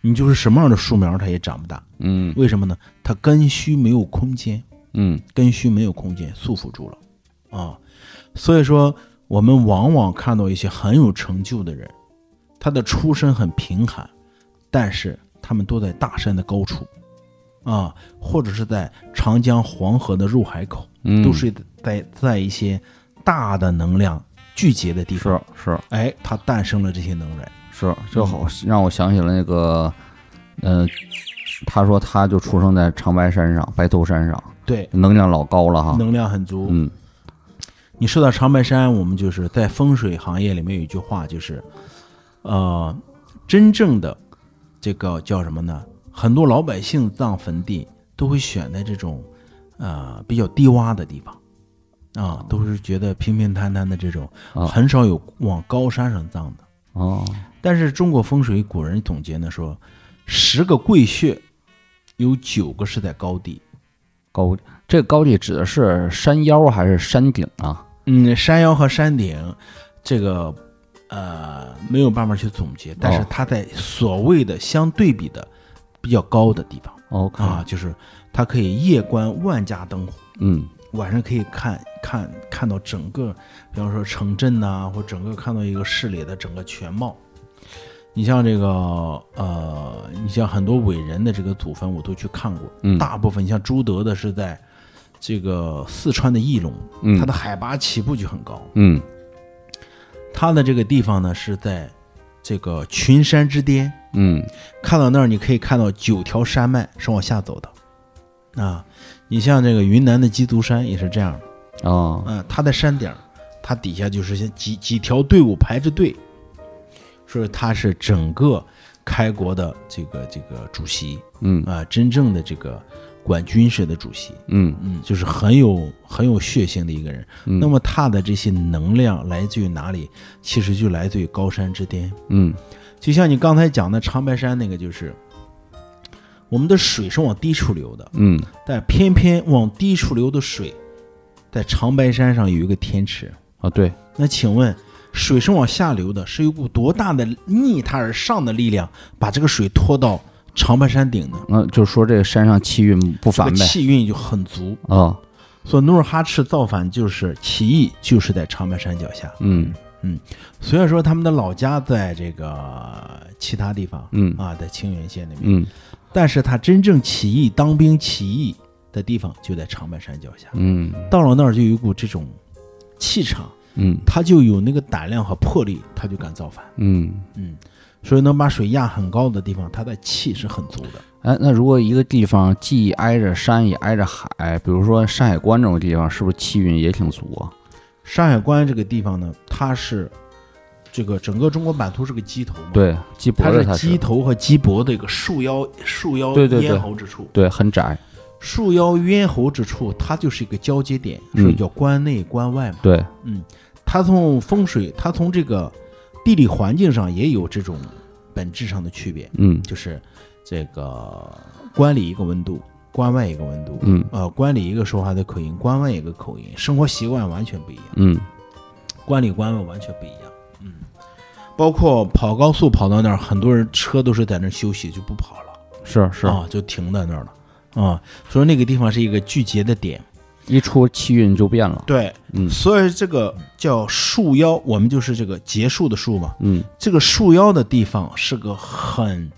你就是什么样的树苗它也长不大。嗯为什么呢？它根须没有空间，嗯根须没有空间束缚住了啊。所以说，我们往往看到一些很有成就的人，他的出身很贫寒，但是他们都在大山的高处啊，或者是在长江黄河的入海口，嗯，都是在在一些大的能量聚集的地方。是是哎，它诞生了这些能人。是，这好让我想起了那个，呃，他说他就出生在长白山上，白头山上，对，啊能量老高了哈。能量很足。嗯你说到长白山，我们就是在风水行业里面有一句话，就是，呃，真正的这个叫什么呢？很多老百姓葬坟地都会选在这种，呃，比较低洼的地方，啊，都是觉得平平坦坦的这种，啊很少有往高山上葬的。哦，但是中国风水古人总结呢说，十个贵穴有九个是在高地，高这个高地指的是山腰还是山顶啊？嗯，山腰和山顶，这个呃没有办法去总结，但是它在所谓的相对比的比较高的地方、 OK，啊，就是它可以夜观万家灯火，嗯晚上可以看看看到整个，比方说城镇呐、或整个看到一个市里的整个全貌。你像这个呃，你像很多伟人的这个祖坟，我都去看过，嗯，大部分你像朱德的是在这个四川的翼龙，嗯它的海拔起步就很高。嗯它的这个地方呢是在这个群山之巅，嗯看到那儿你可以看到九条山脉是往下走的，啊，你像这个云南的鸡足山也是这样的，哦嗯、它在山顶儿，它底下就是像几几条队伍排着队，所以它是整个开国的这个这个主席嗯啊、真正的这个管军事的主席，嗯嗯，就是很有很有血性的一个人。嗯那么他的这些能量来自于哪里？其实就来自于高山之巅。嗯就像你刚才讲的长白山那个，就是我们的水是往低处流的，嗯但偏偏往低处流的水，在长白山上有一个天池。啊对，那请问，水是往下流的，是有股多大的逆它而上的力量把这个水拖到长白山顶呢？那就说这个山上气运不这凡个呗。气运就很足。哦，所以努尔哈赤造反就是起义，就是在长白山脚下。嗯虽然说他们的老家在这个其他地方嗯啊，在清源县那边，嗯但是他真正起义、当兵起义的地方就在长白山脚下。嗯到了那儿就有一股这种气场，嗯他就有那个胆量和魄力，他就敢造反。嗯。嗯，所以能把水压很高的地方，他的气是很足的。哎，那如果一个地方既挨着山也挨着海，比如说山海关这种地方，是不是气运也挺足啊？山海关这个地方呢，它是这个整个中国版图是个鸡头嘛，对，鸡脖它子是它鸡头和鸡脖的一个束腰束腰对对对咽喉之处，对很窄，束腰咽喉之处，它就是一个交接点，嗯所以叫关内关外嘛。对嗯，它从风水，它从这个地理环境上也有这种本质上的区别，嗯就是这个关里一个温度，关外一个温度，嗯呃，关里一个说话的口音，关外一个口音，生活习惯完全不一样，嗯关里关外完全不一样。嗯，包括跑高速跑到那儿，很多人车都是在那儿休息，就不跑了，是是，啊，就停在那儿了啊。所以那个地方是一个聚集的点，一出气运就变了，对，嗯所以这个叫束腰，我们就是这个结束的束嘛，嗯这个束腰的地方是个很，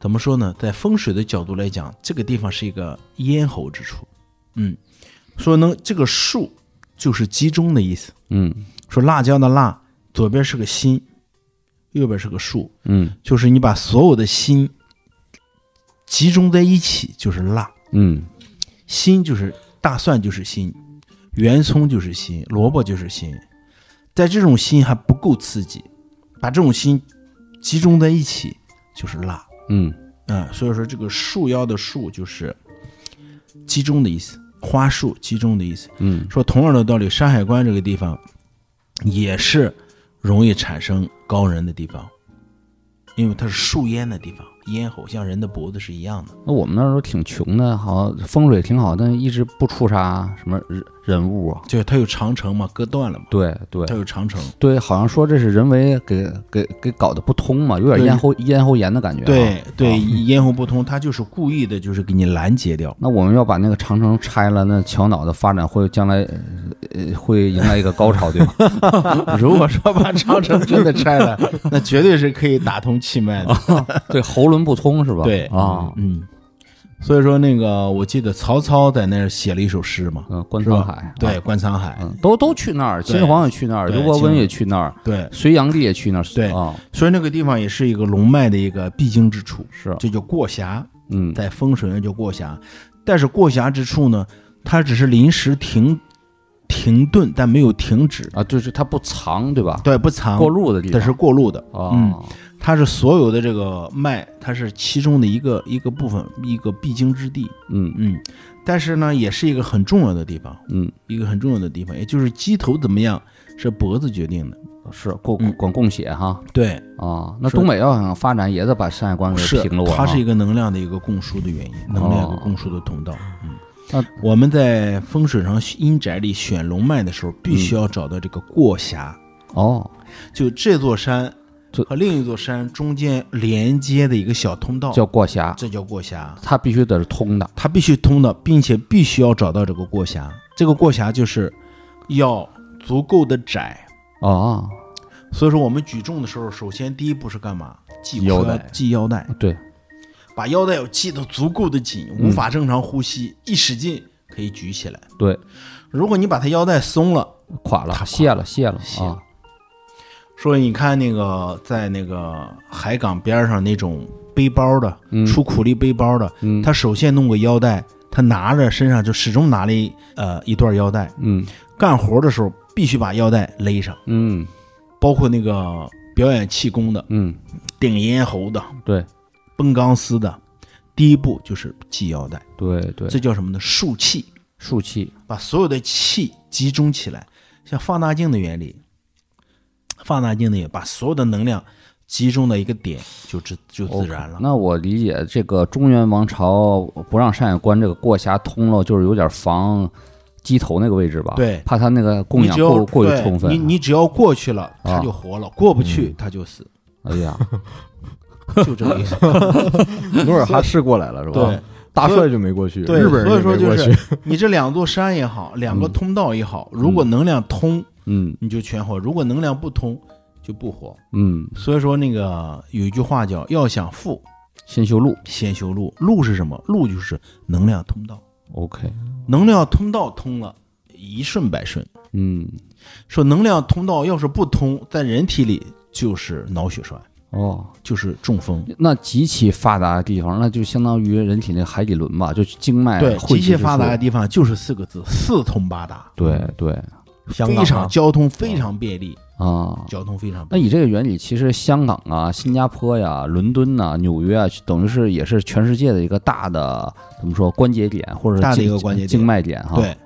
怎么说呢？在风水的角度来讲，这个地方是一个咽喉之处。嗯，说能这个束就是集中的意思。嗯说辣椒的辣，左边是个心，右边是个束，嗯就是你把所有的心集中在一起就是辣。嗯心就是大蒜就是心，圆葱就是心，萝卜就是心。在这种心还不够刺激，把这种心集中在一起就是辣啊、嗯嗯所以说这个束腰的束就是集中的意思，花束集中的意思。嗯说同样的道理，山海关这个地方也是容易产生高人的地方，因为它是树烟的地方，咽喉像人的脖子是一样的。那我们那时候挺穷的，好像风水挺好，但一直不出啥什么人人物啊。就是它有长城嘛，割断了嘛，对对它有长城。对，好像说这是人为给给给搞得不通嘛，有点对咽喉咽喉炎的感觉、啊。对对，啊咽喉不通，他就是故意的，就是给你拦截掉。那我们要把那个长城拆了，那乔脑的发展会将来，呃，会迎来一个高潮， 对吧？ 如果说把长城真的拆了， 哦那绝对是可以打通气脉的。对，喉轮不通是吧？对啊，嗯，所以说那个，我记得曹操在那儿写了一首诗嘛，嗯，观是吧沧海，对，观沧海，嗯，都都去那儿，对秦始皇也去那儿，对刘伯温秦也去那儿，对，隋炀帝也去那儿，对啊，所以那个地方也是一个龙脉的一个必经之处，是，这叫过峡，嗯在风水上叫过峡。但是过峡之处呢，它只是临时停停顿，但没有停止，啊，就是它不藏，对吧？对，不藏过，路的地它方是过路的。啊，嗯它是所有的这个脉，它是其中的一个一个部分，一个必经之地。嗯嗯，但是呢，也是一个很重要的地方，嗯，一个很重要的地方，也就是鸡头怎么样是脖子决定的。是供嗯管供血哈对，啊，那是东北要想发展，也得把山海关给是平了我啊，它是一个能量的一个供输的原因，能量和哦供输的通道。嗯，那我们在风水上阴宅里选龙脉的时候，必须要找到这个过峡，哦，就这座山这和另一座山中间连接的一个小通道，叫过峡，这叫过峡。它必须得是通的，它必须通的，并且必须要找到这个过峡。这个过峡就是要足够的窄。哦，所以说，我们举重的时候，首先第一步是干嘛？系腰腰带系腰带，对，把腰带要系得足够的紧，无法正常呼吸，一使劲可以举起来。对，如果你把它腰带松了，垮了，它垮卸了，卸了卸啊，说你看那个在那个海港边上那种背包的、嗯出苦力背包的，嗯他首先弄个腰带，他拿着身上就始终拿了一呃一段腰带，嗯干活的时候必须把腰带勒上，嗯包括那个表演气功的、嗯，顶咽喉的、对绷钢丝的，第一步就是系腰带，对对，这叫什么呢？束气，树气，把所有的气集中起来，像放大镜的原理，放大镜的也把所有的能量集中到一个点，就自就自然了。那我理解这个中原王朝不让山海关这个过峡通了，就是有点防鸡头那个位置吧？对怕他那个供你养只要过过于对充分。你你只要过去了，它啊就活了；过不去，它就死，哎呀，就这个意思。努尔哈赤过来了是吧？对，大帅就没过去，对日本人所也以说没就过去。 是你这两座山也好，两个通道也好，如果能量通，嗯你就全活；如果能量不通，就不活。嗯，所以说那个有一句话叫“要想富，先修路先修路”。路是什么？路就是能量通道， ，OK，能量通道通了，一顺百顺。嗯，说能量通道要是不通，在人体里就是脑血栓，哦，就是中风。那极其发达的地方，那就相当于人体那海底轮吧，就经脉对，汇极集其之处发达的，地方就是四个字：四通八达，对对香非港常啊交通非常便利，啊。交通非常那便利。以这个原理，其实香港啊、新加坡呀、伦敦呐、纽约啊，等于是也是全世界的一个大的怎么说关节点，或者大的经一个关节点经脉点哈。，对，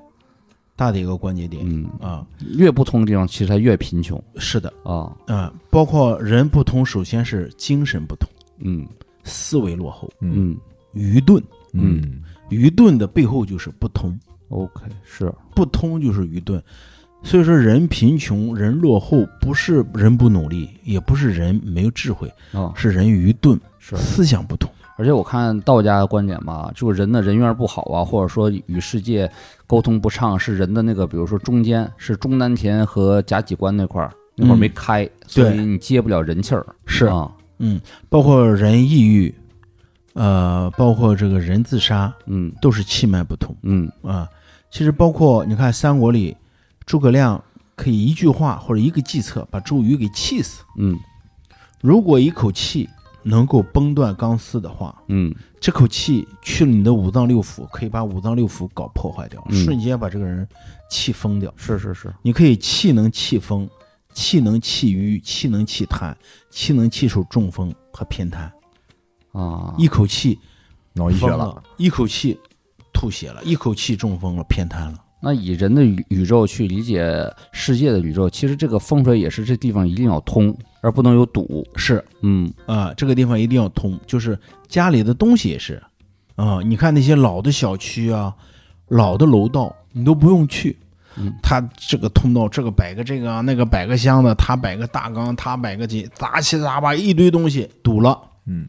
大的一个关节点嗯，啊，越不通的地方，其实它越贫穷是的，啊。嗯，包括人不通，首先是精神不通，嗯思维落后，嗯愚钝。嗯，愚钝的背后就是不通， OK，是不通就是愚钝。所以说，人贫穷、人落后，不是人不努力，也不是人没有智慧，啊，是人愚钝，是思想不通。而且我看道家的观点吧，就是人的人缘不好啊，或者说与世界沟通不畅，是人的那个，比如说中间是中丹田和夹脊关那块儿那块儿没开，所以你接不了人气儿。是啊，嗯，包括人抑郁，呃，包括这个人自杀，嗯都是气脉不通嗯，啊。其实包括你看三国里，诸葛亮可以一句话或者一个计策把周瑜给气死。嗯如果一口气能够崩断钢丝的话，嗯这口气去了你的五脏六腑，可以把五脏六腑搞破坏掉，嗯瞬间把这个人气疯掉。是是是，你可以气能气风，气能气瘀，气能气痰，气能气受中风和偏瘫。啊，一口气脑溢血疯了，了，一口气吐血了，一口气中风了，偏瘫了。那以人的宇宇宙去理解世界的宇宙，其实这个风水也是这地方一定要通，而不能有堵。是嗯啊、这个地方一定要通，就是家里的东西也是啊、你看那些老的小区啊，老的楼道，你都不用去。嗯他这个通道，这个摆个这个啊，那个摆个箱子，他摆个大缸，他摆个几杂七杂八一堆东西堵了，嗯，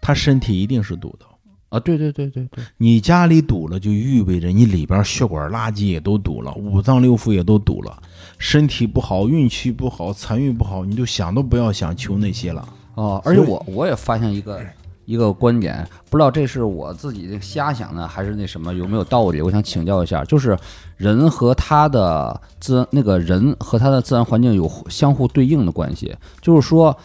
他身体一定是堵的。啊，对对对对对，你家里堵了，就意味着你里边血管垃圾也都堵了，五脏六腑也都堵了，身体不好，运气不好，财运不好，你就想都不要想求那些了。哦，而且我我也发现一个一个观点，不知道这是我自己瞎想呢，还是那什么有没有道理？我想请教一下，就是人和他的自然那个人和他的自然环境有互相互对应的关系，就是说，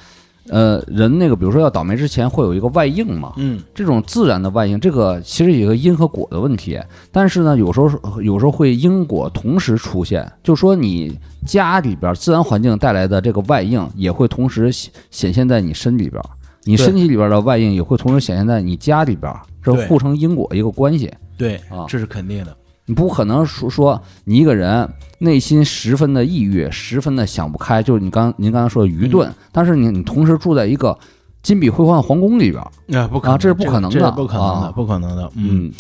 呃，人那个比如说要倒霉之前会有一个外应嘛，嗯，这种自然的外因，这个其实有一个因和果的问题，但是呢，有时候是有时候会因果同时出现，就说你家里边自然环境带来的这个外应，也会同时显显现在你身里边，你对身体里边的外应也会同时显现在你家里边，这对互成因果一个关系。对啊这是肯定的。你不可能说说你一个人内心十分的抑郁，十分的想不开，就是你刚您刚才说的愚钝，但是你你同时住在一个金碧辉煌的皇宫里边，啊，不可啊能，这是不个可能这是的不可能的，啊不可能的。嗯，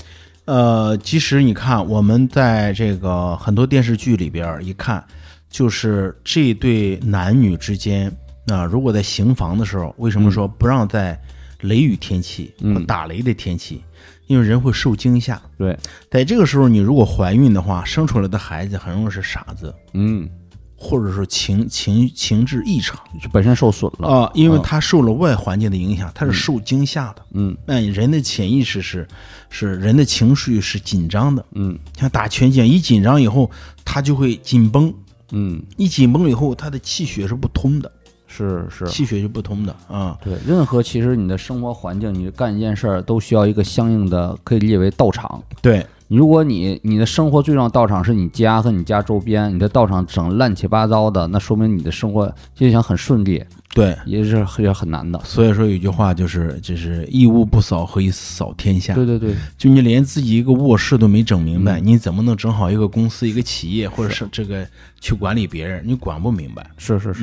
呃，其实你看，我们在这个很多电视剧里边儿一看，就是这对男女之间啊、如果在行房的时候，为什么说不让在雷雨天气、嗯或打雷的天气？因为人会受惊吓。对，在这个时候，你如果怀孕的话，生出来的孩子很容易是傻子，嗯，或者说情情情志异常就本身受损了。啊、因为啊他受了外环境的影响，他是受惊吓的。嗯那人的潜意识是，是人的情绪是紧张的，嗯像打拳击一样一紧张以后，他就会紧绷，嗯，一紧绷以后，他的气血是不通的，是是，气血是不通的啊。对，任何其实你的生活环境，你干一件事儿都需要一个相应的，可以列为道场。对，如果你你的生活最重要的道场是你家和你家周边，你的道场整乱七八糟的，那说明你的生活就想很顺利，对，也是也很难的。所以说有句话就是，就是一屋不扫，何以扫天下？对对对，就你连自己一个卧室都没整明嗯白，你怎么能整好一个公司、一个企业，或者是这个去管理别人？你管不明白。嗯是是是，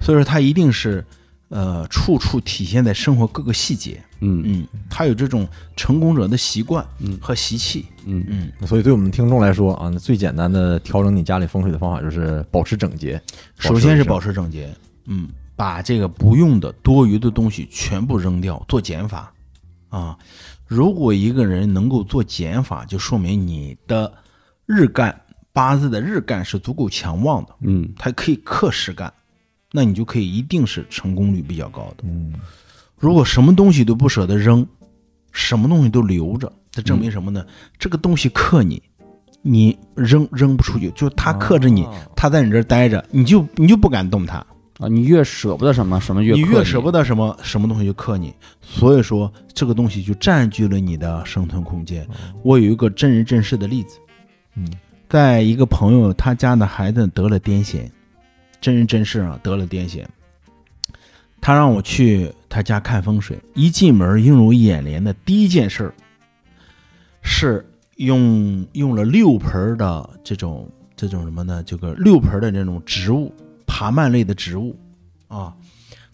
所以说，他一定是，呃，处处体现在生活各个细节。嗯嗯，他有这种成功者的习惯和习气。嗯嗯，所以对我们听众来说啊，那最简单的调整你家里风水的方法就是保持整洁，首先是保持持整洁，嗯，把这个不用的多余的东西全部扔掉，做减法啊。如果一个人能够做减法，就说明你的日干八字的日干是足够强旺的，嗯它可以克时干，那你就可以一定是成功率比较高的。嗯，如果什么东西都不舍得扔，什么东西都留着，这证明嗯什么呢？这个东西克你，你扔扔不出去，就是哦它克着你，它在你这儿待着，你就你就不敢动它，啊，你越舍不得什么什么越你克越舍不得什么什么东西就克你，所以说这个东西就占据了你的生存空间。我有一个真人真事的例子，嗯，在一个朋友他家的孩子得了癫痫，真人真事啊得了癫痫，他让我去他家看风水，一进门映入眼帘的第一件事儿是用用了六盆儿的这种这种什么呢？这个六盆儿的这种植物，爬蔓类的植物啊，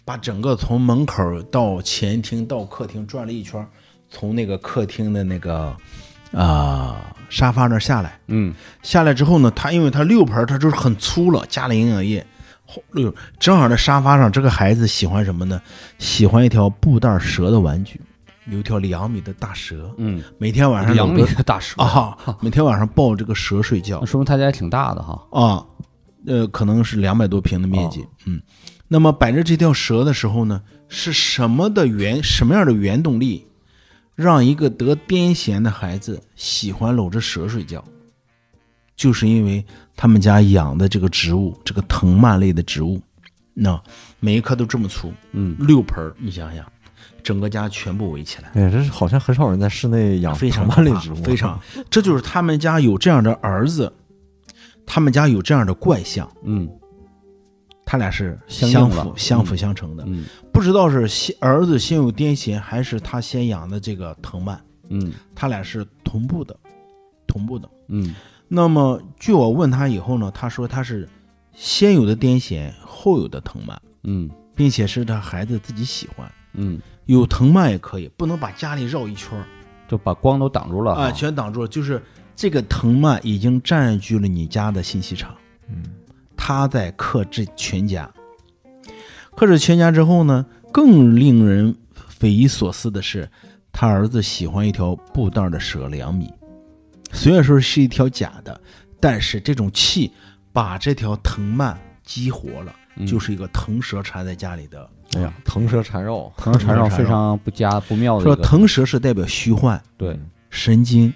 把整个从门口到前厅到客厅转了一圈儿，从那个客厅的那个啊、沙发那儿下来，嗯，下来之后呢，他因为他六盆儿他就是很粗了，加了营养液，后六正好在沙发上，这个孩子喜欢什么呢？喜欢一条布袋蛇的玩具，有一条两米的大蛇，嗯，每天晚上有两米个的大 蛇，啊，每天晚上抱这个蛇睡觉那说明他家也挺大的哈。啊，呃，可能是两百多平的面哦积，嗯。那么摆着这条蛇的时候呢，是什么的原什么样的原动力，让一个得癫痫的孩子喜欢搂着蛇睡觉？就是因为他们家养的这个植物，这个藤蔓类的植物，那每一棵都这么粗，嗯，六盆儿，你想想，整个家全部围起来。哎，这是好像很少人在室内养非常藤蔓类可怕植物，啊非常，这就是他们家有这样的儿子，他们家有这样的怪象，嗯他俩是相相应了辅相辅相成的，嗯不知道是先儿子先有癫痫，还是他先养的这个藤蔓，嗯他俩是同步的，同步的。嗯那么据我问他以后呢，他说他是先有的癫痫，后有的藤蔓，嗯并且是他孩子自己喜欢，嗯，有藤蔓也可以，不能把家里绕一圈儿。就把光都挡住了啊、哈。全挡住了。就是这个藤蔓已经占据了你家的信息场，嗯，它在克制全家。克制全家之后呢，更令人匪夷所思的是，他儿子喜欢一条布袋的蛇两米，虽然说是一条假的，但是这种气把这条藤蔓激活了，嗯就是一个藤蛇缠在家里的。哎呀，藤蛇缠 啊绕，可能缠上非常不佳不妙的一说个。藤蛇是代表虚幻，对，神经，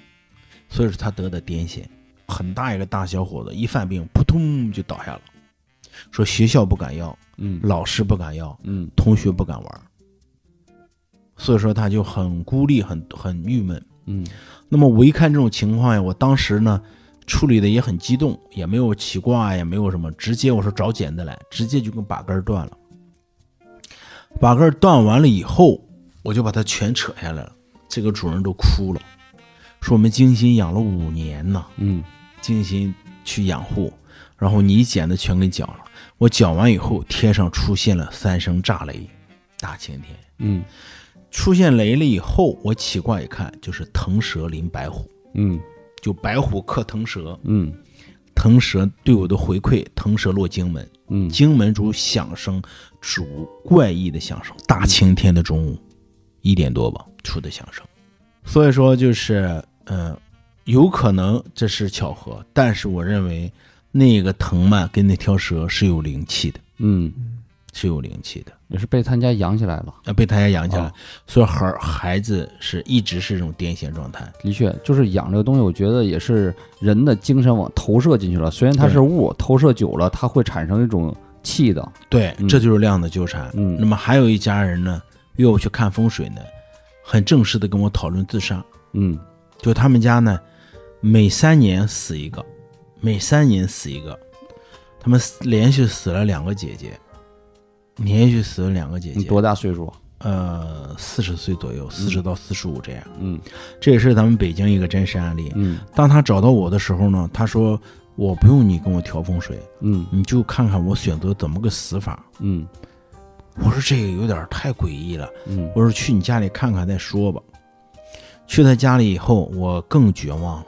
所以说他得的癫痫，很大一个大小伙子一犯病，扑通就倒下了。说学校不敢要，嗯老师不敢要，嗯同学不敢玩儿，所以说他就很孤立，很很郁闷。嗯那么我一看这种情况呀，我当时呢处理的也很激动，也没有起卦，也没有什么，直接我说找剪子来，直接就跟把根儿断了。把根儿断完了以后，我就把它全扯下来了。这个主人都哭了，说我们精心养了五年呢，嗯精心去养护，然后你剪的全给绞了。我绞完以后，天上出现了三声炸雷，大晴天。嗯出现雷了以后，我起卦一看，就是腾蛇临白虎。嗯就白虎克腾蛇，嗯腾蛇对我的回馈，腾蛇落荆门，嗯荆门主响声，主怪异的响声，大晴天的中午一点多吧出的响声，所以说就是嗯、呃有可能这是巧合，但是我认为那个藤蔓跟那条蛇是有灵气的，嗯，是有灵气的。也是被他家养起来了。啊，被大家养起来，哦所以孩孩子是一直是这种癫痫状态。的确，就是养这个东西，我觉得也是人的精神往投射进去了。虽然它是物，投射久了，它会产生一种气的。对，嗯这就是量的纠缠。嗯那么还有一家人呢，约我去看风水呢，很正式的跟我讨论自杀。嗯就他们家呢，每三年死一个，每三年死一个，他们死连续死了两个姐姐，连续死了两个姐你姐，多大岁数？啊呃，四十岁左右，四十到四十五这样。嗯这也是咱们北京一个真实案例。嗯当他找到我的时候呢，他说我不用你跟我调风水，嗯你就看看我选择怎么个死法。嗯我说这个有点太诡异了，嗯我说去你家里看看再说吧。去他家里以后，我更绝望了。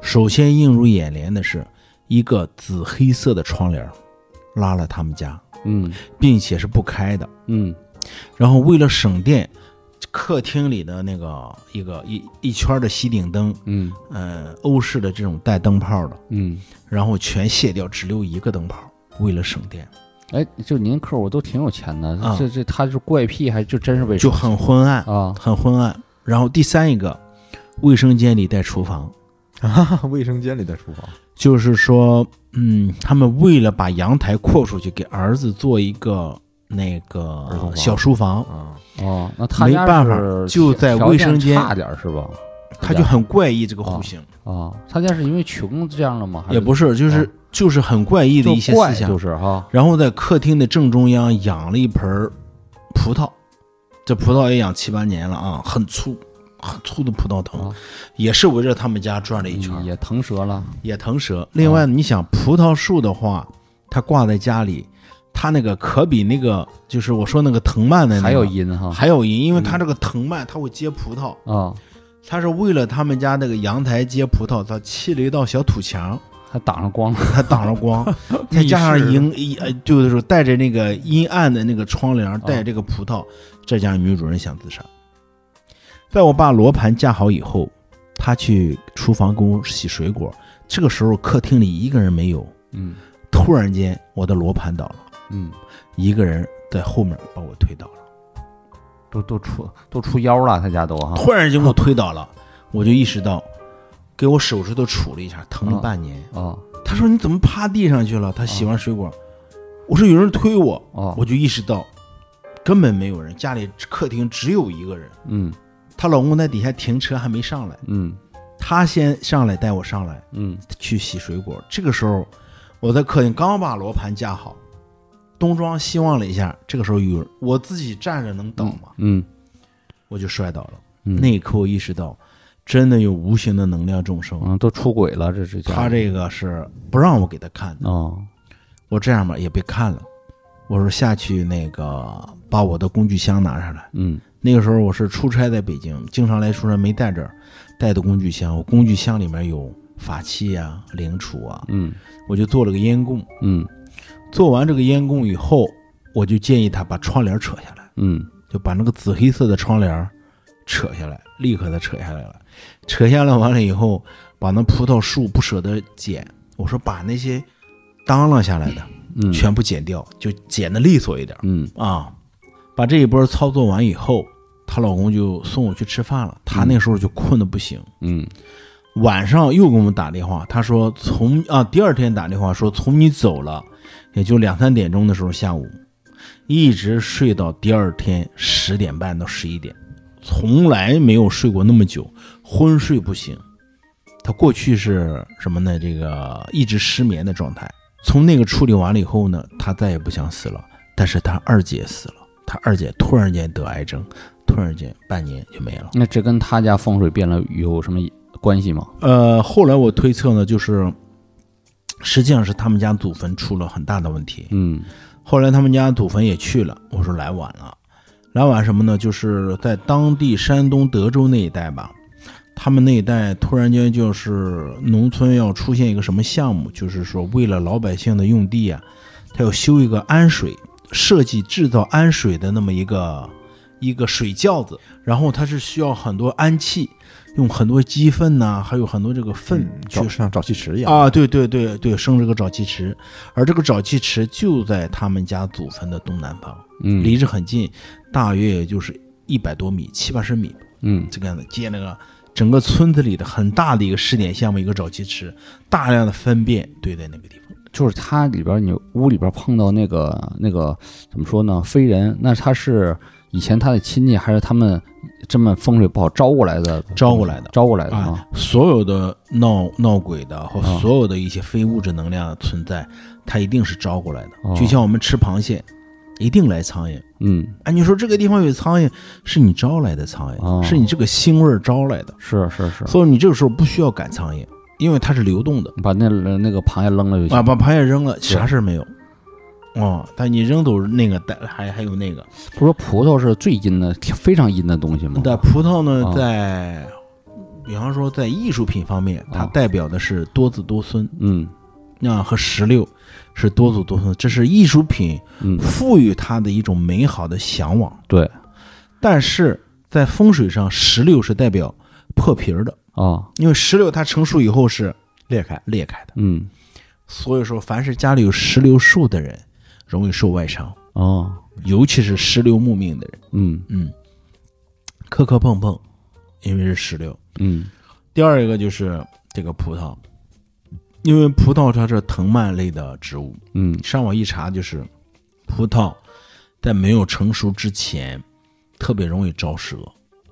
首先映入眼帘的是一个紫黑色的窗帘儿，拉了他们家，嗯并且是不开的。嗯然后为了省电，客厅里的那个一个一一圈儿的吸顶灯，嗯呃，欧式的这种带灯泡的，嗯。然后全卸掉，只留一个灯泡，为了省电，哎，就您客户都挺有钱的，啊这这他是怪癖还是就真是为就很昏暗。啊？很昏暗。然后第三一个，卫生间里带厨房，啊，卫生间里的厨房，就是说，嗯，他们为了把阳台扩出去，给儿子做一个那儿童个房小书房，啊，，哦，那他没家办法是就在条卫件生间差点儿是吧？他就很怪异这个户型，啊，他家是因为穷这样了吗？还也不是，就是、哦就是很怪异的一些就怪思想。就是哈，然后在客厅的正中央养了一盆儿葡萄，这葡萄也养七八年了啊，很粗。很粗的葡萄藤，哦也是围着他们家转了一圈儿，嗯也腾蛇了，也腾蛇。另外，你想葡萄树的话，它挂在家里，它那个可比那个就是我说那个藤蔓的、那个、还有阴哈嗯还有阴，因为它这个藤蔓它会结葡萄，啊，他是为了他们家那个阳台结葡萄，他砌了一道小土墙，还挡上光了。他挡着光再加密室上阴，一呃就是说带着那个阴暗的那个窗帘，带这个葡萄，这家女主人想自杀。在我把罗盘架好以后，他去厨房给我洗水果，这个时候客厅里一个人没有，嗯突然间我的罗盘倒了，嗯，一个人在后面把我推倒了，都都出都出腰了，他家都哈。突然间给我推倒了，我就意识到，给我手指头杵了一下，疼了半年。哦他说你怎么趴地上去了？他洗完水果，我说有人推我，哦，我就意识到根本没有人，家里客厅只有一个人。嗯她老公在底下停车还没上来，嗯她先上来带我上来嗯去洗水果。这个时候，我在客厅刚把罗盘架好，东张西望了一下，这个时候有人，我自己站着能倒吗？嗯我就摔倒了。嗯，那一刻我意识到，真的有无形的能量众生，嗯都出轨了，这是家他这个是不让我给他看的。哦我这样吧，也别看了。我说下去那个把我的工具箱拿上来。嗯那个时候我是出差在北京，经常来出差没带这儿，带的工具箱。我工具箱里面有法器啊、灵杵啊，嗯我就做了个烟供。嗯做完这个烟供以后，我就建议他把窗帘扯下来，嗯就把那个紫黑色的窗帘扯下来，立刻他扯下来了。扯下来完了以后，把那葡萄树不舍得剪，我说把那些当啷下来的。嗯全部剪掉，就剪的利索一点嗯啊。把这一波操作完以后，她老公就送我去吃饭了。她那时候就困得不行，嗯晚上又给我们打电话，她说从啊第二天打电话说从你走了，也就两三点钟的时候下午，一直睡到第二天十点半到十一点，从来没有睡过那么久，昏睡不醒。她过去是什么呢？这个一直失眠的状态。从那个处理完了以后呢，她再也不想死了，但是她二姐死了，她二姐突然间得癌症，突然间半年就没了。那这跟他家风水变了有什么关系吗？呃，后来我推测呢，就是实际上是他们家祖坟出了很大的问题。嗯后来他们家祖坟也去了，我说来晚了，来晚什么呢？就是在当地山东德州那一带吧，他们那一带突然间就是农村要出现一个什么项目，就是说为了老百姓的用地啊，他要修一个安水，设计制造安水的那么一个一个水窖子，然后它是需要很多氨气，用很多鸡粪呐、还有很多这个粪去就嗯像沼气池一样啊，对对对对，生这个沼气池，而这个沼气池就在他们家祖坟的东南方，嗯离着很近，大约也就是一百多米、七八十米嗯这个样子，接那个整个村子里的很大的一个试点项目，一个沼气池，大量的粪便堆在那个地方。就是他里边你屋里边碰到那个那个怎么说呢飞人，那他是以前他的亲戚还是他们这么风水不好招过来的？招过来的招过来的啊啊！，所有的闹闹鬼的或啊所有的一些非物质能量的存在，它一定是招过来的。哦就像我们吃螃蟹，一定来苍蝇。嗯，哎，你说这个地方有苍蝇，是你招来的苍蝇，哦是你这个腥味儿招来的，是是是，所以你这个时候不需要赶苍蝇，因为它是流动的你把那那个螃蟹扔了就行。啊，把螃蟹扔了，啥事儿没有。哦，但你扔走那个，但还还有那个，不是说葡萄是最阴的，非常阴的东西吗？但葡萄呢哦，在比方说在艺术品方面，它哦代表的是多子多孙，嗯那、和石榴是多子多孙，这是艺术品嗯，赋予它的一种美好的向往。对但是在风水上，石榴是代表破皮儿的，啊，因为石榴它成熟以后是裂开。裂开的，嗯所以说凡是家里有石榴树的人，容易受外伤，哦尤其是石榴木命的人，嗯嗯，磕磕碰碰，因为是石榴。嗯第二一个就是这个葡萄，因为葡萄它是藤蔓类的植物，嗯上网一查就是，葡萄在没有成熟之前，特别容易招蛇，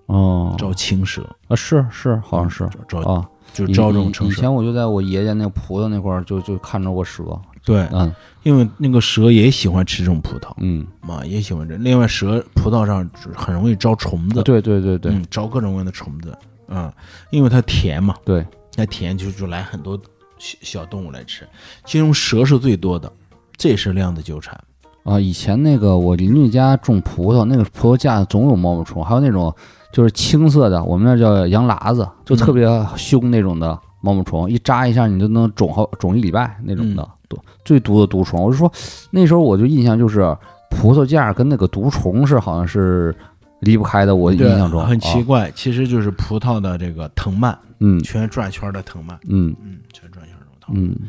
哦招青蛇，啊是是好像是招招啊，就以招这以种成以蛇。前我就在我爷爷那个葡萄那块儿就就看着过蛇，对，嗯因为那个蛇也喜欢吃这种葡萄。嗯，嘛，也喜欢这。另外，蛇葡萄上只很容易招虫子，对对对对嗯，招各种各样的虫子，嗯，因为它甜嘛，对，它甜就就来很多小小动物来吃，其中蛇是最多的，这也是量子纠缠。啊，以前那个我邻居家种葡萄，那个葡萄架总有毛毛虫，还有那种就是青色的，我们那叫羊喇子，嗯就特别凶那种的毛毛虫，一扎一下你就能肿好肿一礼拜那种嗯的，毒最毒的毒虫。我就说那时候我就印象就是葡萄架跟那个毒虫是好像是离不开的，我印象中很奇啊怪，其实就是葡萄的这个藤蔓，嗯全转圈的藤蔓，嗯嗯，全转圈的藤蔓。嗯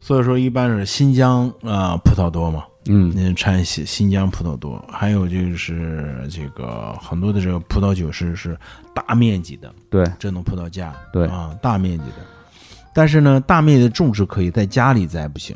所以说，一般是新疆啊、呃葡萄多嘛，嗯嗯，产新新疆葡萄多，还有就是这个很多的这个葡萄酒是是大面积的对这种葡萄架，对啊，大面积的。但是呢，大面积的种植可以，在家里栽不行，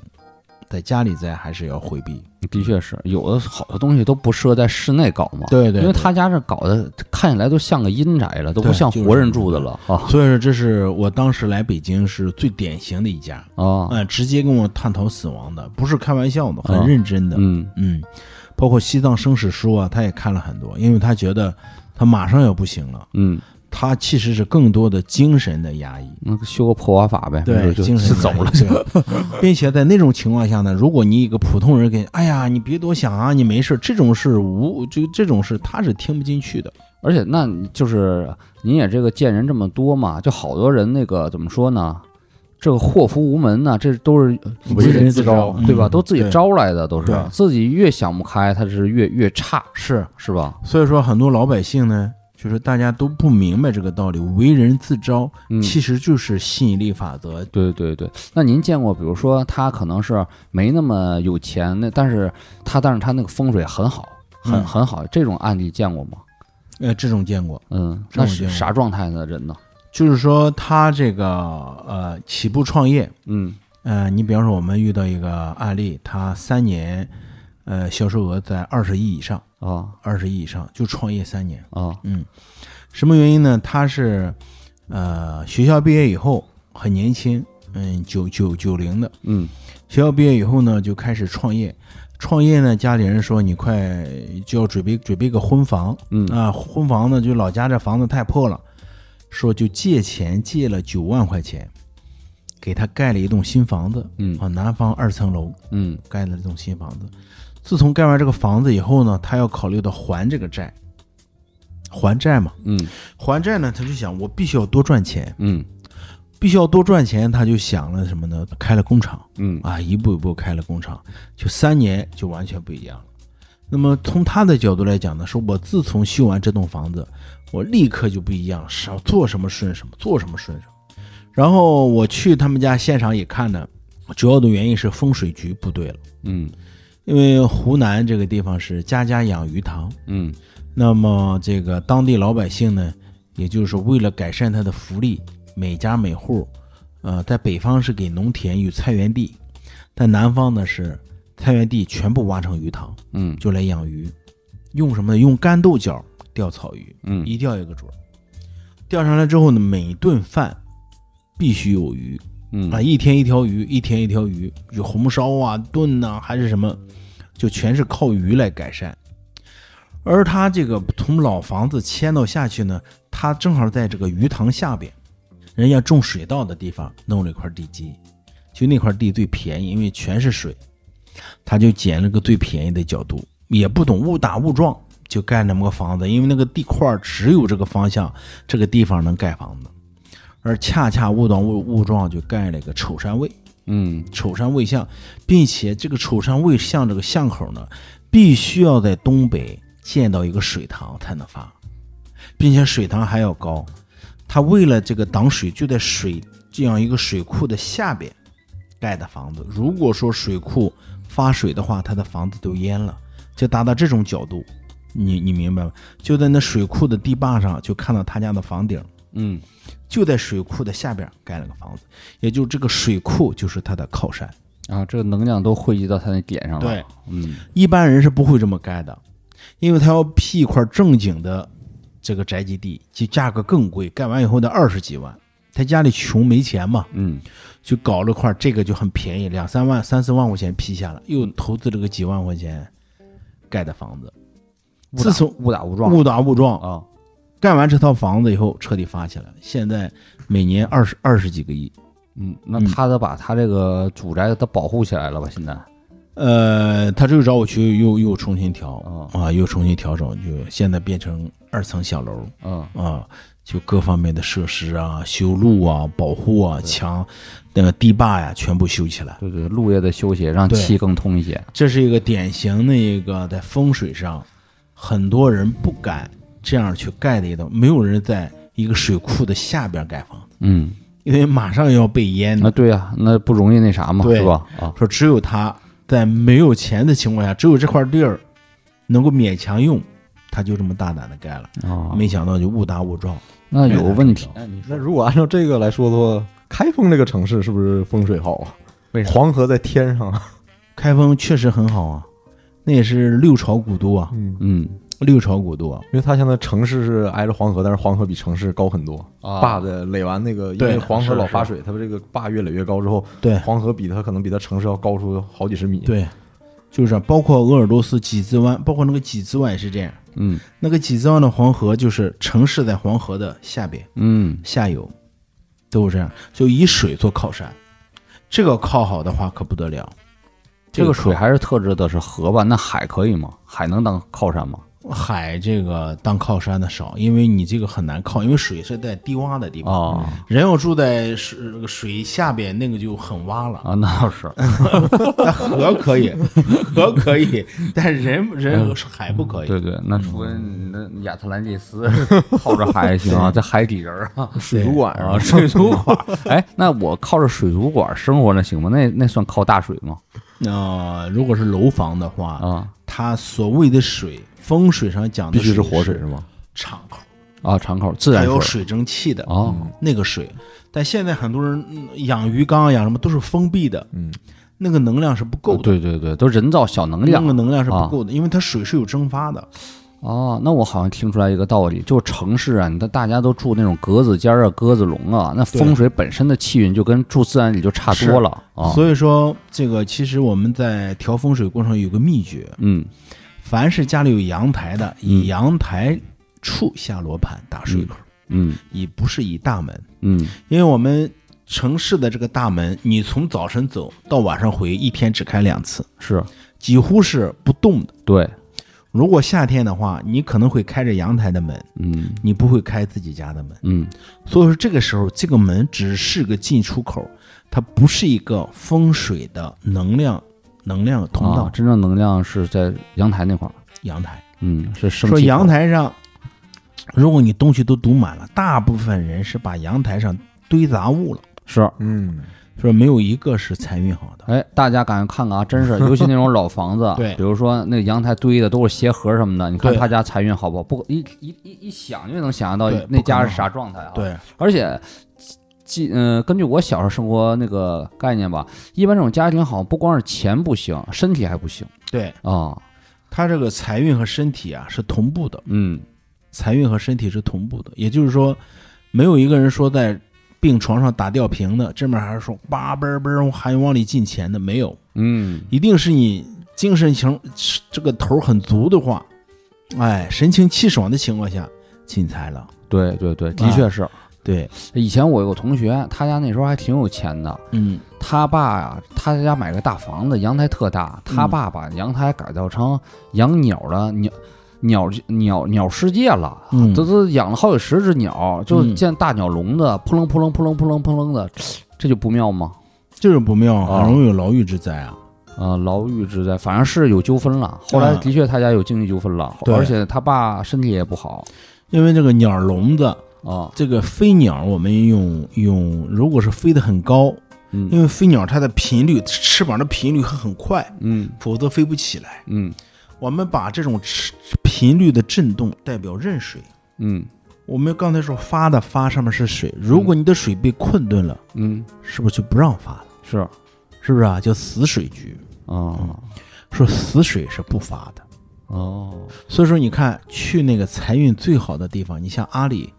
在家里栽还是要回避。的确是有的好多东西都不适合在室内搞嘛，对对因为对他家这搞的看起来都像个阴宅了，都不对像就是活人住的了啊所以说，这是我当时来北京是最典型的一家，啊啊、直接跟我探讨死亡的，不是开玩笑的，啊很认真的。嗯嗯，包括西藏生死书啊，他也看了很多，因为他觉得他马上要不行了，嗯，他其实是更多的精神的压抑，那个修个破瓦法呗，没对，准就精神就的走了压抑，对 并且在那种情况下呢，如果你一个普通人给，哎呀，你别多想啊，你没事，这种事无就这种事他是听不进去的，而且那你就是您也这个见人这么多嘛，就好多人那个怎么说呢？这个祸福无门呐、这都是为人自招对吧？嗯都自己对招来的，都是对自己越想不开，他是越越差，是，是吧？所以说很多老百姓呢，就是大家都不明白这个道理，为人自招，嗯，其实就是吸引力法则，对对对。那您见过，比如说他可能是没那么有钱，那但是他但是他那个风水很好，很、嗯很好，这种案例见过吗？呃，这种见过。嗯，这那种是见过啥状态的人呢？就是说他这个呃起步创业，嗯呃，你比方说我们遇到一个案例，他三年，呃，销售额在二十亿以上，啊二十亿以上就创业三年，啊嗯，什么原因呢？他是呃学校毕业以后很年轻，嗯，九九九零的，嗯学校毕业以后呢就开始创业，创业呢家里人说你快就要准备准备个婚房，嗯啊，婚房呢，就老家这房子太破了，说就借钱借了九万块钱，给他盖了一栋新房子嗯啊，南方二层楼嗯盖了一栋新房子。自从盖完这个房子以后呢，他要考虑到还这个债，还债嘛，嗯还债呢，他就想我必须要多赚钱，嗯必须要多赚钱，他就想了什么呢？开了工厂。嗯啊，一步一步开了工厂，就三年就完全不一样了。那么从他的角度来讲呢，说我自从修完这栋房子，我立刻就不一样了，少做什么顺什么，做什么顺什么。然后我去他们家现场也看呢，主要的原因是风水局不对了，嗯因为湖南这个地方是家家养鱼塘，嗯那么这个当地老百姓呢，也就是为了改善他的福利，每家每户，呃，在北方是给农田与菜园地，在南方呢是菜园地全部挖成鱼塘，嗯就来养鱼，用什么呢？用干豆角钓草鱼，嗯一钓一个准儿。钓上来之后呢，每顿饭必须有鱼啊，嗯一天一条鱼，一天一条鱼，有红烧啊、炖呐、还是什么，就全是靠鱼来改善。而他这个从老房子迁到下去呢，他正好在这个鱼塘下边，人家种水稻的地方弄了一块地基，就那块地最便宜，因为全是水，他就捡了个最便宜的角度，也不懂误打误撞就盖那么个房子，因为那个地块儿只有这个方向，这个地方能盖房子，而恰恰误打误误撞就盖了一个丑山卫。嗯丑山卫巷，并且这个丑山卫巷这个巷口呢，必须要在东北建到一个水塘才能发，并且水塘还要高。他为了这个挡水，就在水这样一个水库的下边盖的房子。如果说水库发水的话，他的房子都淹了，就达到这种角度。你你明白吗？就在那水库的地坝上，就看到他家的房顶，嗯就在水库的下边盖了个房子，也就这个水库就是他的靠山。啊，这个能量都汇集到他那点上了。对，嗯一般人是不会这么盖的，因为他要辟一块正经的这个宅基地，就价格更贵，盖完以后得二十几万。他家里穷没钱嘛，嗯就搞了块这个就很便宜，两三万、三四万块钱批下来，又投资了个几万块钱盖的房子。误打自从误打误撞误打误撞啊，盖完这套房子以后，彻底发起来了，现在每年二十二十几个亿。嗯，那嗯他得把他这个主宅得保护起来了吧？现在呃，他这个找我去又又重新调哦啊，又重新调整，就现在变成二层小楼嗯啊，就各方面的设施啊、修路啊、保护啊、墙、那个堤坝呀、全部修起来。对对，路也得修些，让对气更通一些。这是一个典型的一个在风水上，很多人不敢这样去盖的一个，没有人在一个水库的下边盖房子，嗯，因为马上要被淹那的。对呀，那不容易那啥嘛，嗯对是吧？啊，说只有他在没有钱的情况下，只有这块地儿能够勉强用，他就这么大胆的盖了。啊，没想到就误打误撞，那有问题。那如果按照这个来说的话，开封这个城市是不是风水好啊？为啥黄河在天上啊，开封确实很好啊，那也是六朝古都啊，嗯，嗯六朝古都啊，因为它现在城市是挨着黄河，但是黄河比城市高很多。啊坝的垒完那个，因对为黄河是老是发水，它这个坝越垒越高之后，对黄河比它可能比它城市要高出好几十米。，对，就是这样包括鄂尔多斯几兹湾，包括那个几兹湾也是这样。嗯那个几兹湾的黄河就是城市在黄河的下边嗯下游，都是这样，就以水做靠山。这个靠好的话可不得了，这个靠水还是特指的是河吧？那海可以吗？海能当靠山吗？海这个当靠山的少，因为你这个很难靠，因为水是在低洼的地方，啊人要住在水水下边，那个就很洼了。啊，那倒是。那河可以，河 可以，但是人人海不可以。对对，那除非嗯你那亚特兰蒂斯 靠着海也行啊，在海底人儿啊，水族馆啊，水族馆儿。哎，那我靠着水族馆儿生活那行吗？那那算靠大水吗？那如果是楼房的话，啊它所谓的水，风水上讲的必须是活水是吗？敞口，啊，敞口自还然有水水嗯蒸气的哦，那个水。但现在很多人嗯养鱼缸啊养什么都是封闭的，嗯，那个能量是不够的，对对对，都人造小能那量个能量是啊不够的，因为它水是有蒸发的，哦，那我好像听出来一个道理，就是城市啊，你看大家都住那种格子间儿啊、鸽子笼啊，那风水本身的气运就跟住自然里就差多了啊。所以说这个其实我们在调风水过程有个秘诀，嗯，凡是家里有阳台的，嗯以阳台处下罗盘打水口，嗯以不是以大门，嗯因为我们城市的这个大门，你从早晨走到晚上回，一天只开两次，是几乎是不动的。对，如果夏天的话，你可能会开着阳台的门，嗯你不会开自己家的门。嗯所以说这个时候，这个门只是个进出口，它不是一个风水的能量能量通啊道。真正能量是在阳台那块儿，阳台嗯，是生说气阳口台上，如果你东西都堵满了，大部分人是把阳台上堆杂物了，是。嗯，说没有一个是财运好的。，哎，大家赶快看看啊！真是，尤其那种老房子对比如说那阳台堆的都是鞋盒什么的，你看对他家财运好不好？不，一一一一想就能想象到对那不可家能是啥状态啊！对，而且，记嗯、根据我小时候生活那个概念吧，一般这种家庭好像不光是钱不行，身体还不行对，啊。它这个财运和身体啊是同步的，嗯，财运和身体是同步的，也就是说，没有一个人说在病床上打吊瓶的，这面还是说叭嘣嘣还往里进钱的，没有，嗯，一定是你精神情这个头很足的话，哎，神清气爽的情况下进财了。对对对，的确是。对，以前我有个同学，他家那时候还挺有钱的，嗯，他爸呀、他家买个大房子，阳台特大，他嗯爸把阳台改造成养鸟的鸟。鸟鸟鸟世界了，嗯这都养了好几十只鸟，就嗯建大鸟笼子，扑棱扑棱扑棱扑棱扑棱的，这就不妙吗？就是不妙，啊很容易有牢狱之灾啊。呃，牢狱之灾，反正是有纠纷了。后来嗯的确他家有经济纠纷了，对而且他爸身体也不好因为这个鸟笼子，啊。这个飞鸟，我们用用，如果是飞得很高，嗯因为飞鸟它的频率，翅膀的频率很快，嗯否则飞不起来。嗯我们把这种翅频率的震动代表壬水。嗯我们刚才说发的发上面是水，如果你的水被困顿了，嗯，是不是就不让发了？是啊是不是啊？叫死水局，嗯说死水是不发的。哦所以说，你看去那个财运最好的地方，你像阿里，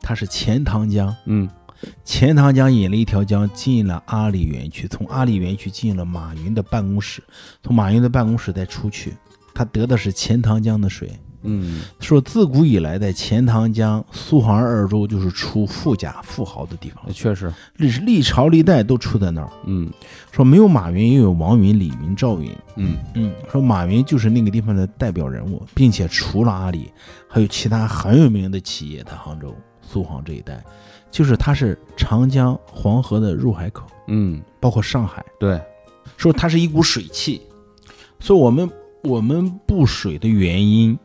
它是钱塘江，嗯钱塘江引了一条江进了阿里园区，从阿里园区进了马云的办公室，从马云的办公室再出去，他得的是钱塘江的水，嗯说自古以来，在钱塘江、苏杭二州就是出富家富豪的地方，确实，历历朝历代都出在那儿。嗯说没有马云，也有王云、李云、赵云。嗯嗯，说马云就是那个地方的代表人物，并且除了阿里，还有其他很有名的企业在杭州、苏杭这一带，就是它是长江黄河的入海口，嗯，包括上海。对，说它是一股水汽，所以我们我们布水的原因，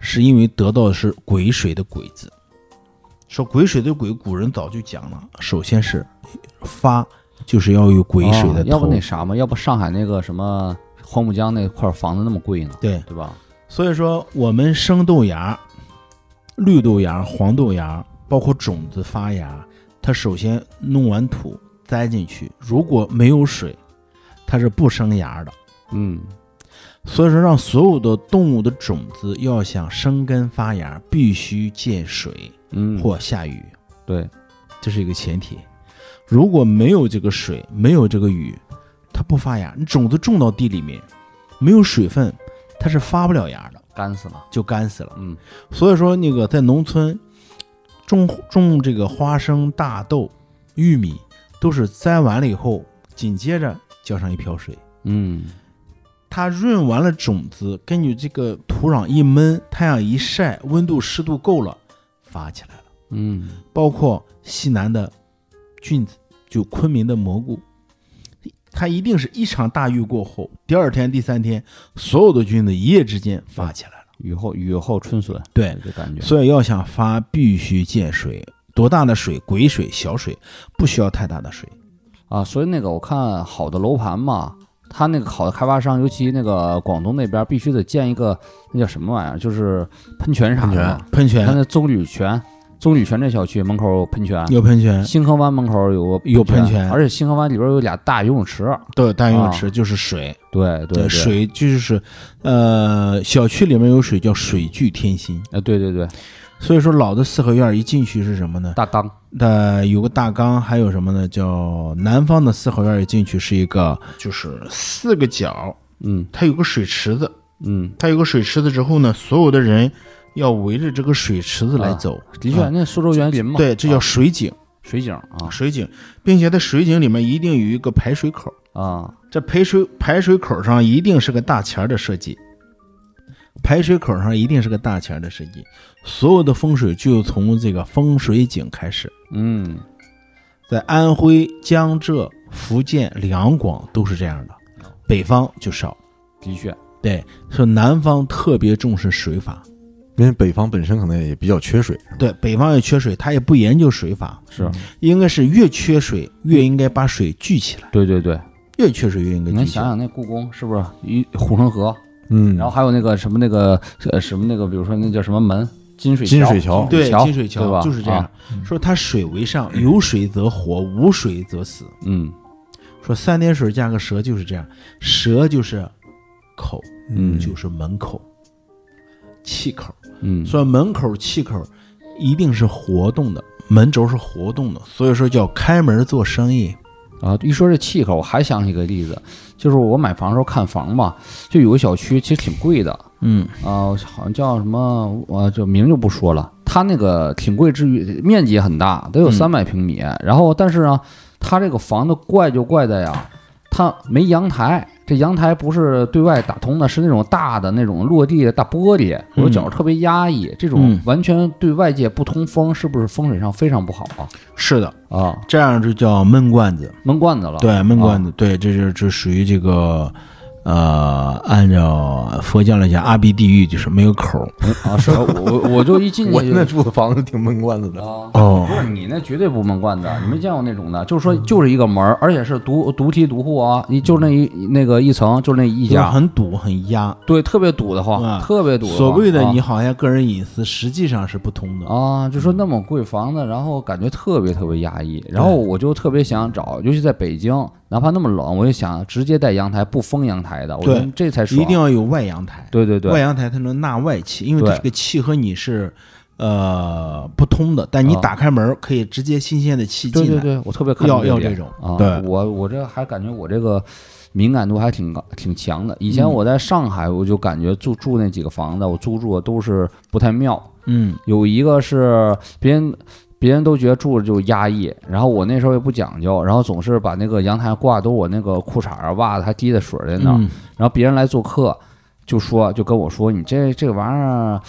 是因为得到的是“癸水”的“癸”字。说“癸水”的“癸”，古人早就讲了，首先是发，就是要有癸水的哦要不头。那啥嘛，要不上海那个什么黄浦江那块房子那么贵呢，对，对吧？所以说我们生豆芽、绿豆芽、黄豆芽，包括种子发芽，它首先弄完土栽进去，如果没有水，它是不生芽的。嗯所以说，让所有的动物的种子要想生根发芽，必须见水嗯，或下雨，对，这是一个前提。如果没有这个水，没有这个雨，它不发芽。你种子种到地里面，没有水分，它是发不了芽的，干死了，就干死了。嗯所以说，那个在农村种种这个花生、大豆、玉米，都是栽完了以后，紧接着浇上一瓢水。嗯它润完了种子，根据这个土壤一闷，太阳一晒，温度湿度够了，发起来了。嗯包括西南的菌子，就昆明的蘑菇，它一定是一场大雨过后，第二天、第三天，所有的菌子一夜之间发起来了。雨后雨后春笋，对，这感觉，所以要想发，必须见水。多大的水？鬼水、小水，不需要太大的水。啊，所以那个我看好的楼盘嘛，他那个好的开发商，尤其那个广东那边，必须得建一个那叫什么玩意儿，就是喷泉啥的嘛。喷他泉那棕榈泉，棕榈泉这小区门口有喷泉，有喷泉，新河湾门口有个有喷泉而且新河湾里边有俩大游泳池。都有大游泳啊池，就是水。对对对，水就是，呃，小区里面有水叫水聚天心，呃，对对对，所以说老的四合院一进去是什么呢？大缸呃，有个大缸，还有什么呢？叫南方的四合院一进去是一个，就是四个角，嗯它有个水池子，嗯，它有个水池子之后呢，所有的人要围着这个水池子来啊走，的确，那苏州园林嘛，对，这叫啊水井，水景啊水井，并且在水井里面一定有一个排水口。啊，这排水排水口上一定是个大钱儿的设计，排水口上一定是个大钱儿的设计。所有的风水就从这个风水井开始，嗯在安徽、江浙、福建、两广都是这样的，北方就少。的确，对，说南方特别重视水法，因为北方本身可能也比较缺水，对，北方也缺水，他也不研究水法，是应该是越缺水越应该把水聚起来，对对对，越缺水越应该你聚能起想来。想那故宫是不是一护城河？嗯然后还有那个什么那个呃什么那个，比如说那叫什么门，金水金水桥对，桥金水对桥吧？就是这样啊。，说它水为上，有水则活，无水则死。嗯说三点水加个蛇就是这样，蛇就是口，嗯就是门口、气口。嗯，所以门口、气口一定是活动的，门轴是活动的，所以说叫开门做生意。啊，一说这气口，我还想起一个例子，就是我买房的时候看房嘛，就有个小区其实挺贵的，嗯啊、好像叫什么，我、这名就不说了。它那个挺贵之余，面积也很大，得有嗯三百平米。然后，但是呢，它这个房子怪就怪在呀，它没阳台。这阳台不是对外打通的，是那种大的那种落地的大玻璃，我就觉着特别压抑。这种嗯完全对外界不通风，是不是风水上非常不好啊？是的，啊，这样就叫闷罐子。闷罐子了。对，闷罐子，对，这是这属于这个。呃，按照佛教来讲，阿鼻地狱就是没有口儿啊，是我我我就一进去我那就住的房子挺闷罐子的，啊。哦不是你那绝对不闷罐子，你没见过那种的，就是说就是一个门儿，而且是独独梯独户啊，你就那一那个一层，就那一就是家，很堵很压，对，特别堵得啊慌，特别堵得慌。所谓的啊你好像个人隐私，实际上是不通的。啊，就说那么贵房子，然后感觉特别特别压抑，然后我就特别想找，尤其在北京，哪怕那么冷，我就想直接带阳台，不封阳台的，我觉得对这才爽。一定要有外阳台，对啊对外对，阳台它能纳外气，因为它对这个气和你是呃不通的，但你啊打开门儿可以直接新鲜的气对进对来。对，我特别看要重要点这种啊，对我我这还感觉我这个敏感度还挺高、挺强的。以前嗯我在上海，我就感觉住住那几个房子，我租住的都是不太妙。嗯有一个是别人别人都觉得住着就压抑，然后我那时候也不讲究，然后总是把那个阳台挂都我那个裤衩儿、袜子还滴的啊水儿在那儿，嗯然后别人来做客就说就跟我说你这这个玩意儿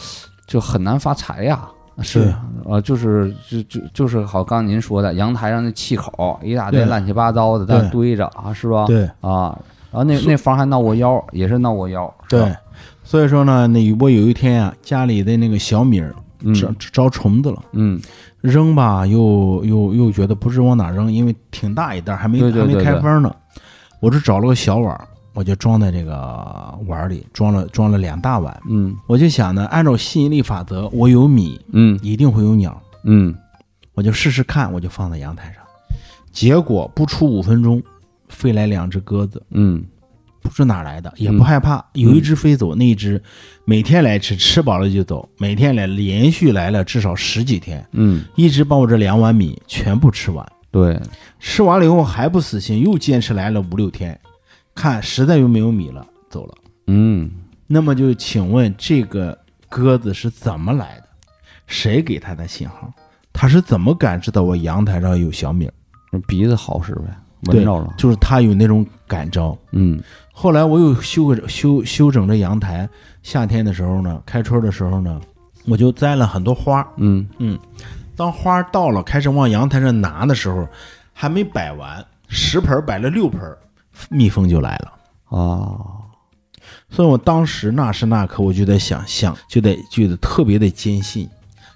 就很难发财呀。对是，呃，就是就就就是好，刚您说的阳台上那气口一大堆对乱七八糟的，在那对堆着啊，是吧？对啊，然后那那房还闹过腰，也是闹过腰，是吧对，所以说呢，那我有一天啊，家里的那个小米儿招嗯招虫子了，嗯，扔吧又又又觉得不知往哪扔，因为挺大一袋儿，还没对对还对没开对封呢，我就找了个小碗儿，我就装在这个碗儿里，装了装了两大碗，嗯我就想呢，按照吸引力法则，我有米嗯一定会有鸟，嗯，我就试试看，我就放在阳台上，结果不出五分钟，飞来两只鸽子。嗯不知哪儿来的，也嗯不害怕。有一只飞走，那一只每天来吃，吃饱了就走，每天来，连续来了至少十几天，嗯，一直把我这两碗米全部吃完。对，吃完了以后还不死心，又坚持来了五六天，看实在又没有米了，走了。嗯。那么就请问这个鸽子是怎么来的？谁给它的信号？它是怎么感知到我阳台上有小米儿？鼻子好使呗，对闻着了。就是它有那种感召。嗯后来我又修个修修整这阳台，夏天的时候呢，开春的时候呢，我就栽了很多花。嗯当花到了开始往阳台上拿的时候，还没摆完，十盆儿摆了六盆儿，蜜蜂就来了。啊，所以我当时那时那刻，我就在想象，就得就得特别的坚信，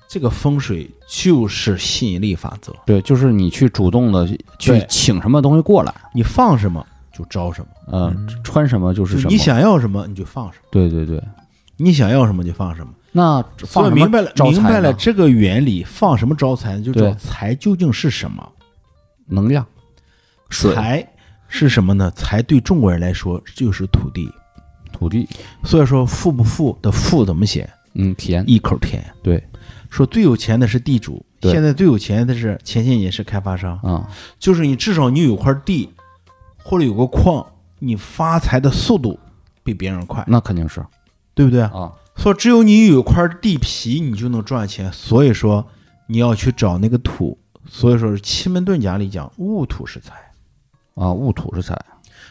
这个风水就是吸引力法则，对，就是你去主动的去对请什么东西过来，你放什么就招什么，呃，穿什么就嗯是就什你么。想要什么你就放什么，对对对，你想要什么就放什么。那所放以什么明白了，招财明白了呢这个原理，放什么招财就对找财究竟是什么？能量，水、财是什么呢？财对中国人来说就是土地，土地，所以说富不富的富怎么写？嗯，田，一口田。对说最有钱的是地主，对现在最有钱的是前些年是开发商，啊，就是你至少你有块地，或者有个矿，你发财的速度比别人快，那肯定是对不对？啊，说只有你有块地皮，你就能赚钱。所以说你要去找那个土。所以说是奇门遁甲里讲戊土是财，啊，戊土是财，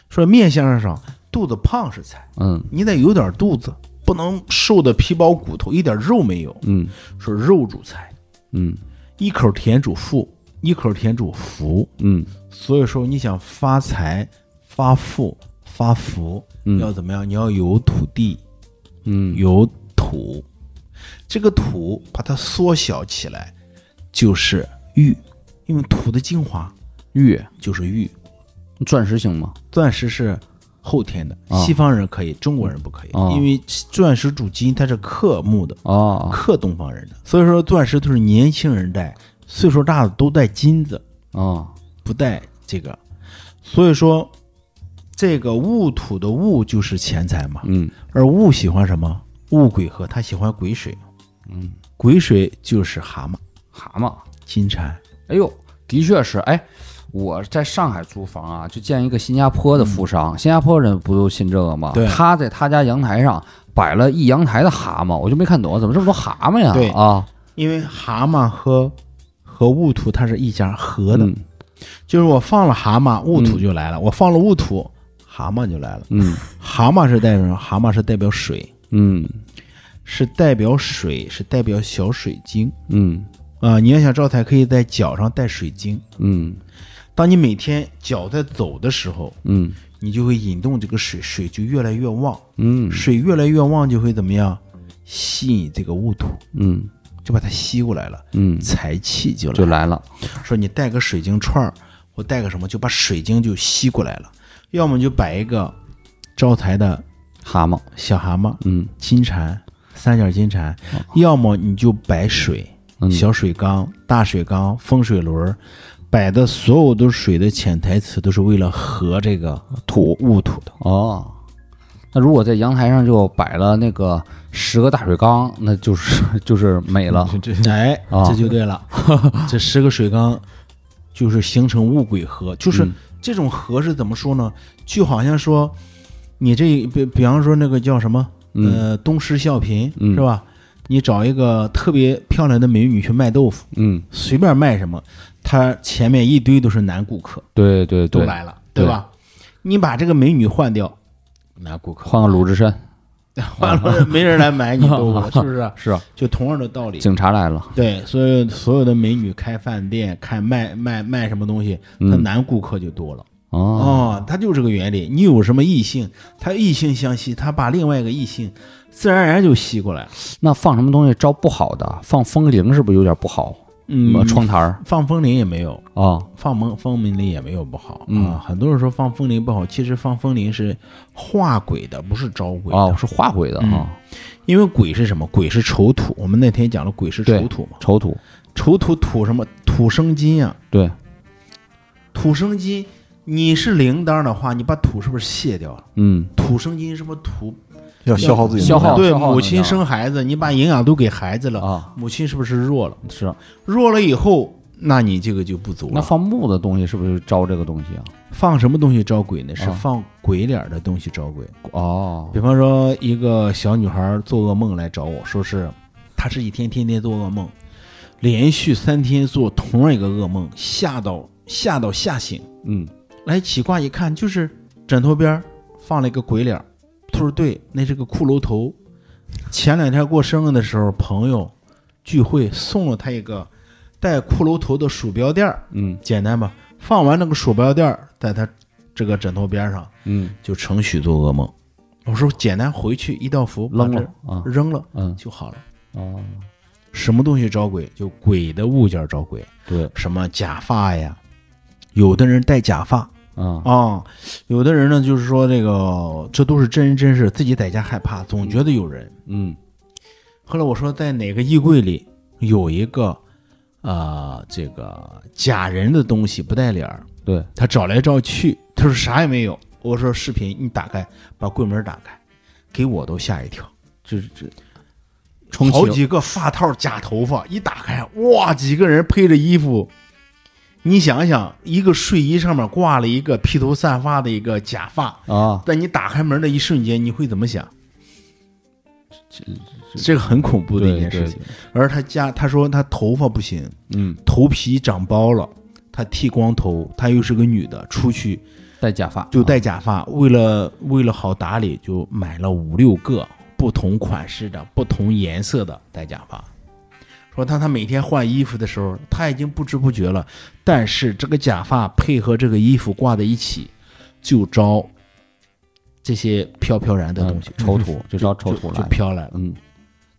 说面相上肚子胖是财，嗯你得有点肚子，不能瘦的皮包骨头，一点肉没有。嗯说肉主财，嗯一口田主富，一口田主福。嗯所以说你想发财、发富、发福，要嗯怎么样？你要有土地，嗯，有土，这个土把它缩小起来就是玉，因为土的精华玉，就是玉，钻石行吗？钻石是后天的，啊西方人可以，中国人不可以，啊因为钻石主金它是克木的，啊克东方人的，所以说钻石都是年轻人戴，岁数大的都戴金子，啊，不戴这个，所以说这个戊土的戊就是钱财嘛，嗯而戊喜欢什么？戊癸合，他喜欢癸水。嗯，癸水就是蛤蟆、蛤蟆，金蝉。哎呦，的确是。哎，我在上海租房啊，就见一个新加坡的富商，新加坡人不都信这个嗯吗？对他在他家阳台上摆了一阳台的蛤蟆，我就没看懂，怎么这么多蛤蟆呀？对啊，因为蛤蟆和和戊土它是一家合的，嗯就是我放了蛤蟆，戊土嗯就来了；我放了戊土，蛤蟆就来了。嗯蛤蟆是代表什么蛤蟆是代表水，嗯是代表水，是代表小水晶嗯啊、你要想招财，可以在脚上戴水晶。嗯当你每天脚在走的时候，嗯你就会引动这个水，水就越来越旺，嗯水越来越旺就会怎么样？吸引这个戊土，嗯就把它吸过来了。嗯，财气就来就来了。说你带个水晶串儿，我带个什么，就把水晶就吸过来了。要么就摆一个招财的蛤蟆，小蛤蟆、嗯金蝉、三角金蝉，要么你就摆水，哦嗯，小水缸、大水缸、风水轮儿，摆的所有都是水的潜台词，都是为了和这个土戊土的。哦。那如果在阳台上就摆了那个十个大水缸，那就是就是美了。哎，啊这就对 了，这十个水缸就是形成戊癸合，就是嗯这种合是怎么说呢？就好像说，你这比比方说那个叫什么，嗯呃，东施效颦、嗯是吧？你找一个特别漂亮的美女去卖豆腐，嗯，随便卖什么，她前面一堆都是男顾客对对都对，来了，对吧？你把这个美女换掉，男顾客换个鲁智深， 换了，没人来买 你豆腐，是不是？是啊就同样的道理，警察来了，对，所有所有的美女开饭店、开卖卖卖什么东西，她嗯男顾客就多了。哦，哦，它就是这个原理。你有什么异性，他异性相吸，他把另外一个异性自然而然就吸过来了。那放什么东西招不好的？放风铃是不是有点不好？什么窗台儿嗯放风铃也没有，啊，放风风铃也没有不好、嗯啊。很多人说放风铃不好，其实放风铃是化鬼的，不是招鬼的。嗯哦，是化鬼的啊，因为鬼是什么？鬼是丑土。我们那天讲了，鬼是对丑土嘛。丑土，丑土土什么？土生金啊，对，土生金。你是铃铛的话，你把土是不是卸掉了？嗯，土生金是不是土？要消耗自己的消能量耗对，消耗母能亲量生孩子，你把营养都给孩子了，啊，母亲是不嗯是啊弱了？是。弱了以后，那你这个就不足那了。放木的东西是不是招这个东西啊？放什么东西招鬼呢？是啊放鬼脸儿的东西招鬼。哦比，方说，一个小女孩儿做噩梦来找我说是，她是一天天天做噩梦，连续三天做同样一个噩梦，吓到吓到吓醒。嗯，来起卦一看，就是枕头边儿放了一个鬼脸儿。他说：“对，那是个骷髅头。”前两天过生日的时候，朋友聚会送了他一个带骷髅头的鼠标垫儿，嗯简单吧？放完那个鼠标垫儿，在他这个枕头边上嗯，就程序做噩梦。我说简单回去一道符扔了，把啊这，扔了嗯就好了。哦，什么东西招鬼？就鬼的物件儿招鬼，对，什么假发呀？有的人戴假发，啊，啊、有的人呢，就是说这个这都是真人真事，自己在家害怕，总觉得有人。嗯后来我说，在哪个衣柜里有一个呃这个假人的东西，不带脸儿，对，他找来找去，他说啥也没有。我说视频你打开，把柜门打开，给我都吓一跳，这这充好气几个发套假头发一打开，哇，几个人披着衣服。你想想，一个睡衣上面挂了一个披头散发的一个假发，啊，在你打开门的一瞬间，你会怎么想？这个很恐怖的一件事情。对，对而他家，他说他头发不行，嗯，头皮长包了，他剃光头，他又是个女的，出去戴假发就戴假发，为了为了好打理，就买了五六个不同款式的、不同颜色的戴假发。说他他每天换衣服的时候，他已经不知不觉了，但是这个假发配合这个衣服挂在一起，就招这些飘飘然的嗯东西，丑土就招丑土就来了，飘来了。嗯。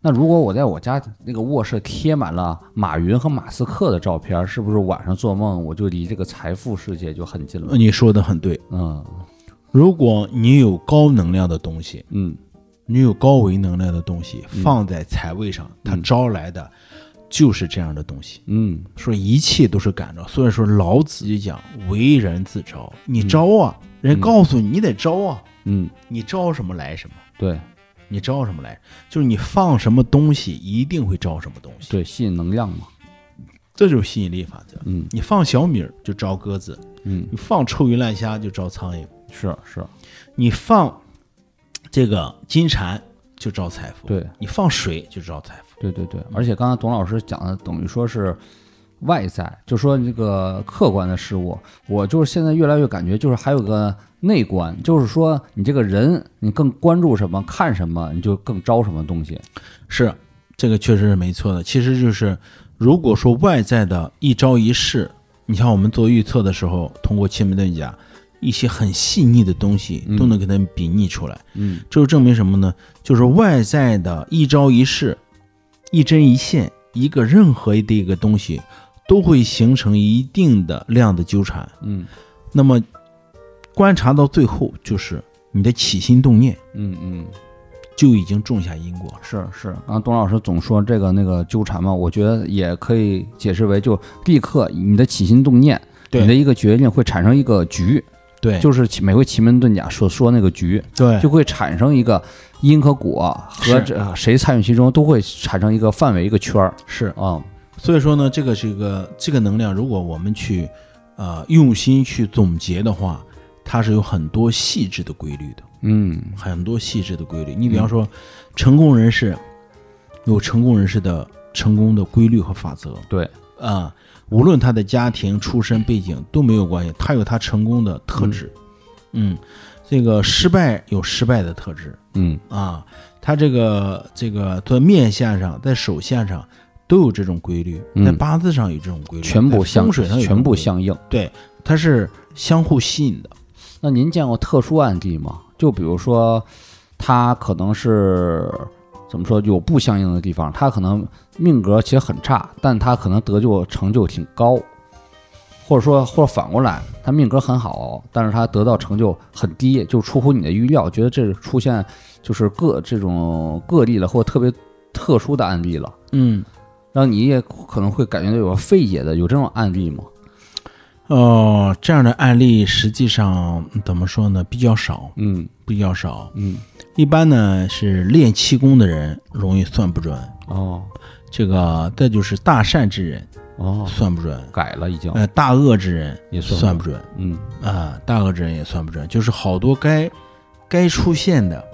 那如果我在我家那个卧室贴满了马云和马斯克的照片，是不是晚上做梦我就离这个财富世界就很近了？你说的很对，嗯如果你有高能量的东西，嗯，你有高维能量的东西放在财位上，它招来的就是这样的东西。嗯，说一切都是感召，所以说老子就讲为人自招，你招啊，人告诉你你得招啊，嗯，你招什么来什么，对你招什么来，就是你放什么东西一定会招什么东西，对，吸引能量嘛。这就是吸引力法则。嗯你放小米儿就招鸽子，嗯，你放臭鱼烂虾就招苍蝇，是是，你放这个金蝉就招财富，对你放水就招财富，对对对。而且刚才董老师讲的，等于说是外在，就说这个客观的事物，我就是现在越来越感觉，就是还有个内观，就是说你这个人，你更关注什么，看什么，你就更招什么东西。是这个确实是没错的。其实就是如果说外在的一招一式，你像我们做预测的时候，通过奇门遁甲。一些很细腻的东西都能给它比拟出来，嗯这就证明什么呢？就是外在的一招一式、一针一线，一个任何的一个东西，都会形成一定的量的纠缠。嗯那么观察到最后，就是你的起心动念嗯嗯，就已经种下因果了。是是。然后董老师总说这个那个纠缠嘛，我觉得也可以解释为，就立刻你的起心动念，对你的一个决定会产生一个局，对就就是奇每回奇门遁甲所说那个局。对就会产生一个因和果和是这呃谁参与其中，都会产生一个范围一个圈儿是。啊、所以说呢，这个是一个这个能量，如果我们去呃用心去总结的话，它是有很多细致的规律的，嗯很多细致的规律。你比方说，成功人士有成功人士的成功的规律和法则，对啊，无论他的家庭、出身、背景都没有关系，他有他成功的特质，嗯，这个失败有失败的特质嗯啊，他这个这个在面相上，在手相上都有这种规律，嗯在八字上有这种规律，全部在相风水上有这种全部规律，相应。对，它是相互吸引的，那您见过特殊案例吗？就比如说，他可能是怎么说有不相应的地方，他可能命格其实很差，但他可能得救成就挺高，或者说或者反过来，他命格很好，但是他得到成就很低，就出乎你的预料，觉得这是出现就是个这种个例了，或特别特殊的案例了，嗯。让你也可能会感觉到有费解的，有这种案例吗？哦，这样的案例实际上嗯怎么说呢？比较少，嗯比较少。嗯一般呢是练气功的人容易算不准，哦这个再就是大善之人哦，算不准，改了已经，呃，大恶之人也算不算不准嗯。啊，大恶之人也算不准，就是好多该该出现的，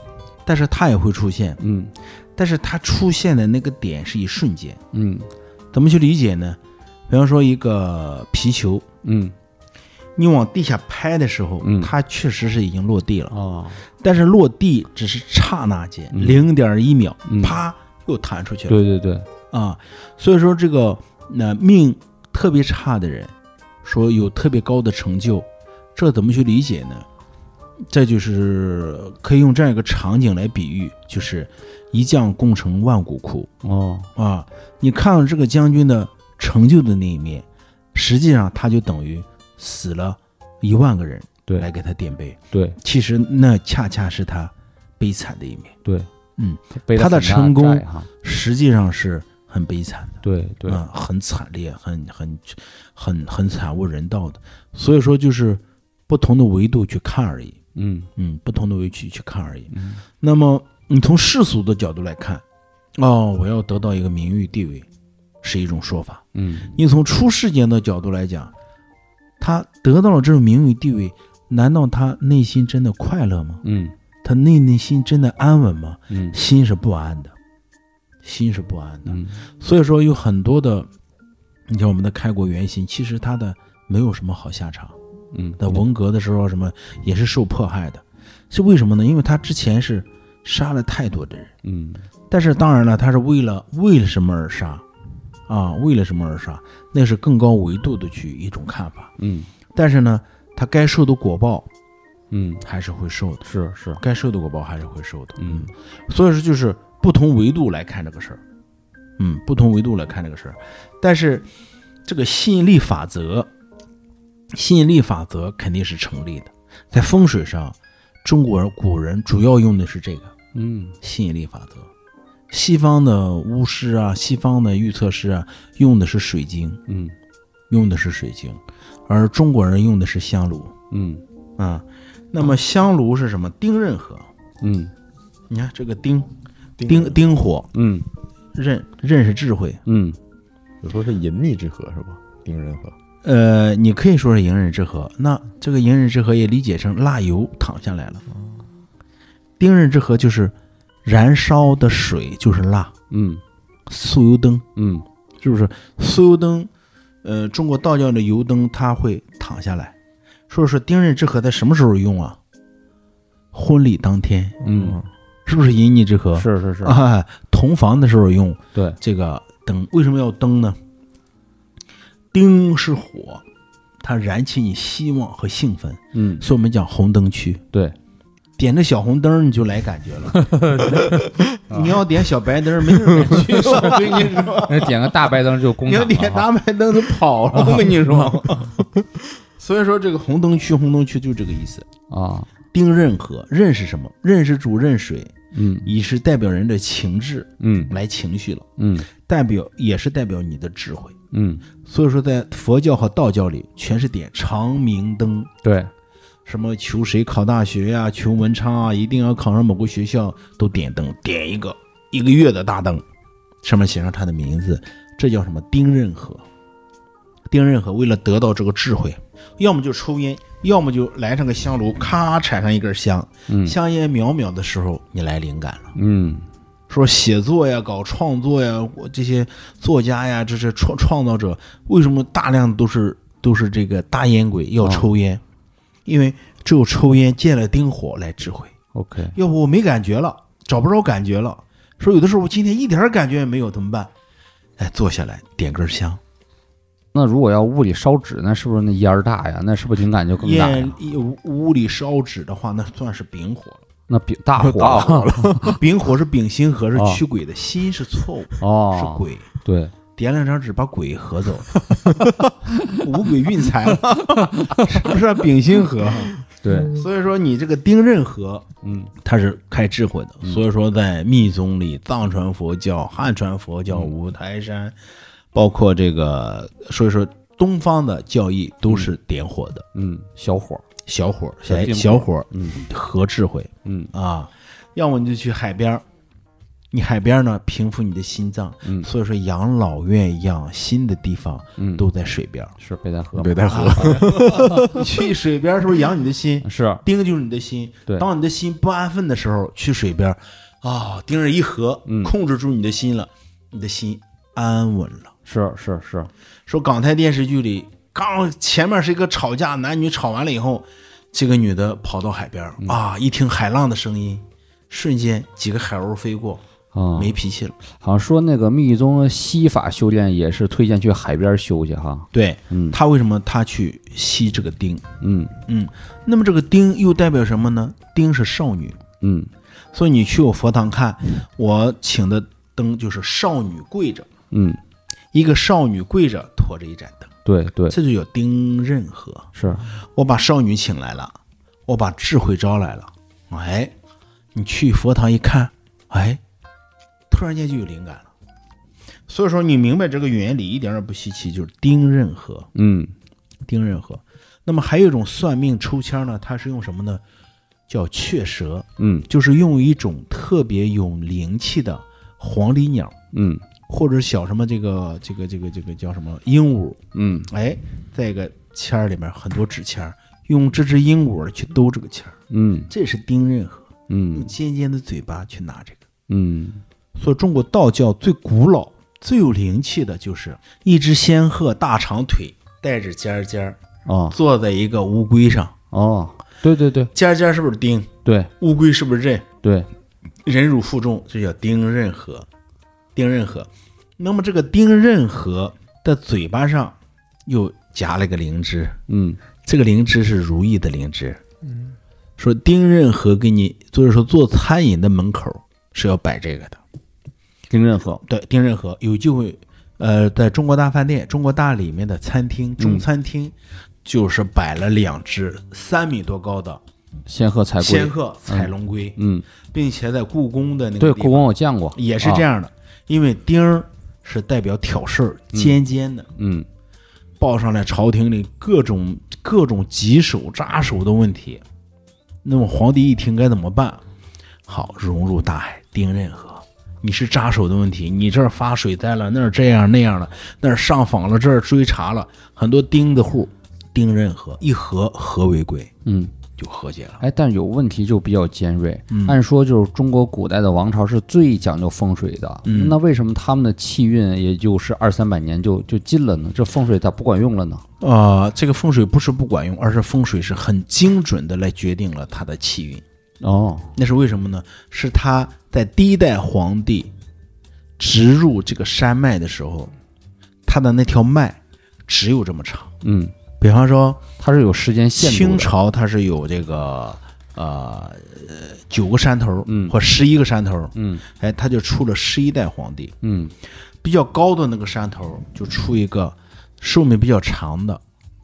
但是他也会出现，嗯但是他出现的那个点是一瞬间，嗯怎么去理解呢？比方说一个皮球，嗯你往地下拍的时候，嗯它确实是已经落地了。哦，但是落地只是刹那间，嗯零点一秒，嗯啪又弹出去了对对对，啊！所以说这个那、命特别差的人，说有特别高的成就，这怎么去理解呢？这就是可以用这样一个场景来比喻，就是一将功成万骨枯哦啊！你看到这个将军的成就的那一面，实际上他就等于死了一万个人对来给他垫背。对其实那恰恰是他悲惨的一面，对，嗯，背了他的很大成功债哈，实际上是很悲惨的，对对，嗯，很惨烈，很很很很惨无人道的。所以说，就是不同的维度去看而已，嗯嗯，不同的维度去看而已。嗯那么你从世俗的角度来看，哦，我要得到一个名誉地位，是一种说法；嗯你从出世间的角度来讲，他得到了这种名誉地位，难道他内心真的快乐吗？嗯他内内心真的安稳吗？嗯心是不安的，心是不安的。嗯所以说有很多的，你像我们的开国元勋，其实他的没有什么好下场。嗯，在文革的时候，什么也是受迫害的，是为什么呢？因为他之前是杀了太多的人，嗯但是当然了，他是为了为了什么而杀，啊，为了什么而杀，那是更高维度的去一种看法。嗯但是呢，他该受的果报嗯，还是会受的，是是，该受的果报还是会受的。嗯所以说就是不同维度来看这个事儿，嗯，不同维度来看这个事儿。但是这个吸引力法则，吸引力法则肯定是成立的。在风水上，中国古人主要用的是这个嗯吸引力法则。西方的巫师啊，西方的预测师啊，用的是水晶，嗯用的是水晶，而中国人用的是香炉嗯啊。那么香炉是什么？丁壬合。嗯你看这个丁，丁丁丁火，嗯认认识智慧，嗯有时候是隐秘之合是吧？丁人合，呃，你可以说是隐忍之合。那这个隐忍之合也理解成蜡油淌下来了。丁壬之合就是燃烧的水就是蜡，嗯酥油灯嗯是不是？酥油灯，呃，中国道教的油灯它会淌下来。所以说丁壬之合在什么时候用啊？婚礼当天嗯，是不是隐匿之合？是是是，啊，同房的时候用对，这个灯，为什么要灯呢？丁是火，它燃起你希望和兴奋，嗯所以我们讲红灯区，对，点着小红灯你就来感觉了。 你要点小白灯，没人敢去。 我跟你说，那点个大白灯就工你厂要了点哈大白灯都跑 了。我跟你说，所以说这个红灯区，红灯区就这个意思。啊，丁壬合，壬是什么？壬是主壬水，嗯乙是代表人的情志嗯来情绪了，嗯代表也是代表你的智慧。嗯，所以说，在佛教和道教里，全是点长明灯，对，什么求谁考大学呀、求文昌啊，一定要考上某个学校，都点灯，点一个一个月的大灯，上面写上他的名字，这叫什么丁壬合？丁任何为了得到这个智慧，要么就抽烟，要么就来上个香炉，咔产上一根香，嗯香烟渺渺的时候，你来灵感了。嗯说写作呀，搞创作呀，我这些作家呀，这些创创造者，为什么大量都是都是这个大烟鬼哦要抽烟？因为只有抽烟见了丁火来智慧， ，OK，要不我没感觉了，找不着感觉了。说有的时候我今天一点儿感觉也没有，怎么办？哎，坐下来点根香，那如果要屋里烧纸，那是不是那烟儿大呀？那是不是灵感就更大烟呀？屋屋里烧纸的话，那算是丙火了。那比大火啊大了丙火是丙辛合，是哦驱鬼的，心是错误，是哦，鬼。对，点两张纸把鬼合走了， 五鬼运财了，是不是、啊？丙辛合，对，所以说你这个丁壬合，嗯，它是开智慧的。所以说，在密宗里，藏传佛教、汉传佛教、嗯五台山，包括这个，所以说东方的教义都是点火的，嗯，小火，小火，小哎进火小火嗯合智慧嗯啊。要么你就去海边儿你海边儿呢平复你的心脏，嗯所以说养老院、养心的地方嗯，都在水 边儿。是北戴河吗，北戴河，你去水边儿是不是养你的心？是，丁就是你的心。嗯对当你的心不安分的时候，去水边儿，啊、丁儿一合，嗯控制住你的心了，你的心安稳了。是是是，说港台电视剧里，刚前面是一个吵架，男女吵完了以后，这个女的跑到海边嗯儿、啊，一听海浪的声音，瞬间几个海鸥飞过，啊，没脾气了。好像说那个密宗西法修炼也是推荐去海边修去哈，对，嗯她为什么她去吸这个丁？嗯嗯，那么这个丁又代表什么呢？丁是少女，嗯所以你去我佛堂看，我请的灯就是少女跪着，嗯，一个少女跪着驮着一盏灯，对对这就有丁任和。是，我把少女请来了，我把智慧招来了，哎，你去佛堂一看，哎，突然间就有灵感了。所以说，你明白这个原理一点儿也不稀奇，就是丁任和。嗯丁任和。那么还有一种算命抽签呢，它是用什么呢？叫雀舌，嗯就是用一种特别有灵气的黄鹂鸟，嗯或者小什么这个这个这个这个叫什么鹦鹉，嗯哎，在一个签儿里面很多纸签儿，用这只鹦鹉去兜这个签儿，嗯这是丁任和，用嗯尖尖的嘴巴去拿这个。嗯所以中国道教最古老、最有灵气的就是一只仙鹤大长腿，带着尖儿尖儿，哦坐在一个乌龟上，哦，对对对尖儿尖儿是不是丁？对乌龟是不是刃？对，忍辱负重，这叫丁任和，丁任和。那么这个丁任和的嘴巴上又夹了个灵芝，嗯这个灵芝是如意的灵芝。说丁任和给你，就是说做餐饮的门口是要摆这个的。丁任和，对，丁任和有机会，呃，在中国大饭店、中国大里面的餐嗯厅、中餐厅，就是摆了两只三米多高的仙鹤彩仙龟，鹤彩龙龟，嗯，并且在故宫的那个对，地故方宫我见过，也是这啊，样的，因为丁儿是代表挑事儿、尖尖的，嗯报上来朝廷里各种各种棘手扎手的问题。那么皇帝一听该怎么办？好，融入大海，丁任河。你是扎手的问题，你这儿发水灾了，那儿这样那样了，那儿上访了，这儿追查了，很多钉子户，丁任河一合合为贵，嗯。就和解了。哎，但有问题就比较尖锐。嗯按说就是中国古代的王朝是最讲究风水的，嗯那为什么他们的气运也就是二三百年就就尽了呢？这风水咋不管用了呢？呃，这个风水不是不管用，而是风水是很精准的来决定了它的气运。哦，那是为什么呢？是他在第一代皇帝植入这个山脉的时候，他的那条脉只有这么长。嗯，比方说，它是有时间限清度的。朝它是有这个呃九个山头，嗯或十一个山头，嗯哎，他就出了十一代皇帝。嗯比较高的那个山头就出一个寿命比较长的、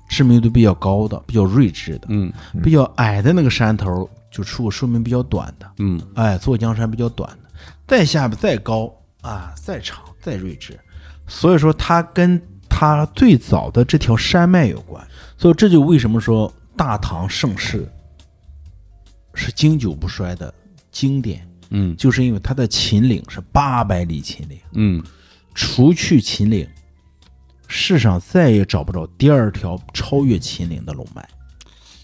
知名度比较高的、比较睿智的；嗯比较矮的那个山头就出个寿命比较短的。嗯哎，坐江山比较短的，再下边再高啊，再长再睿智，所以说它跟它最早的这条山脉有关，所以这就为什么说大唐盛世是经久不衰的经典，嗯就是因为它的秦岭是八百里秦岭，嗯除去秦岭，世上再也找不着第二条超越秦岭的龙脉。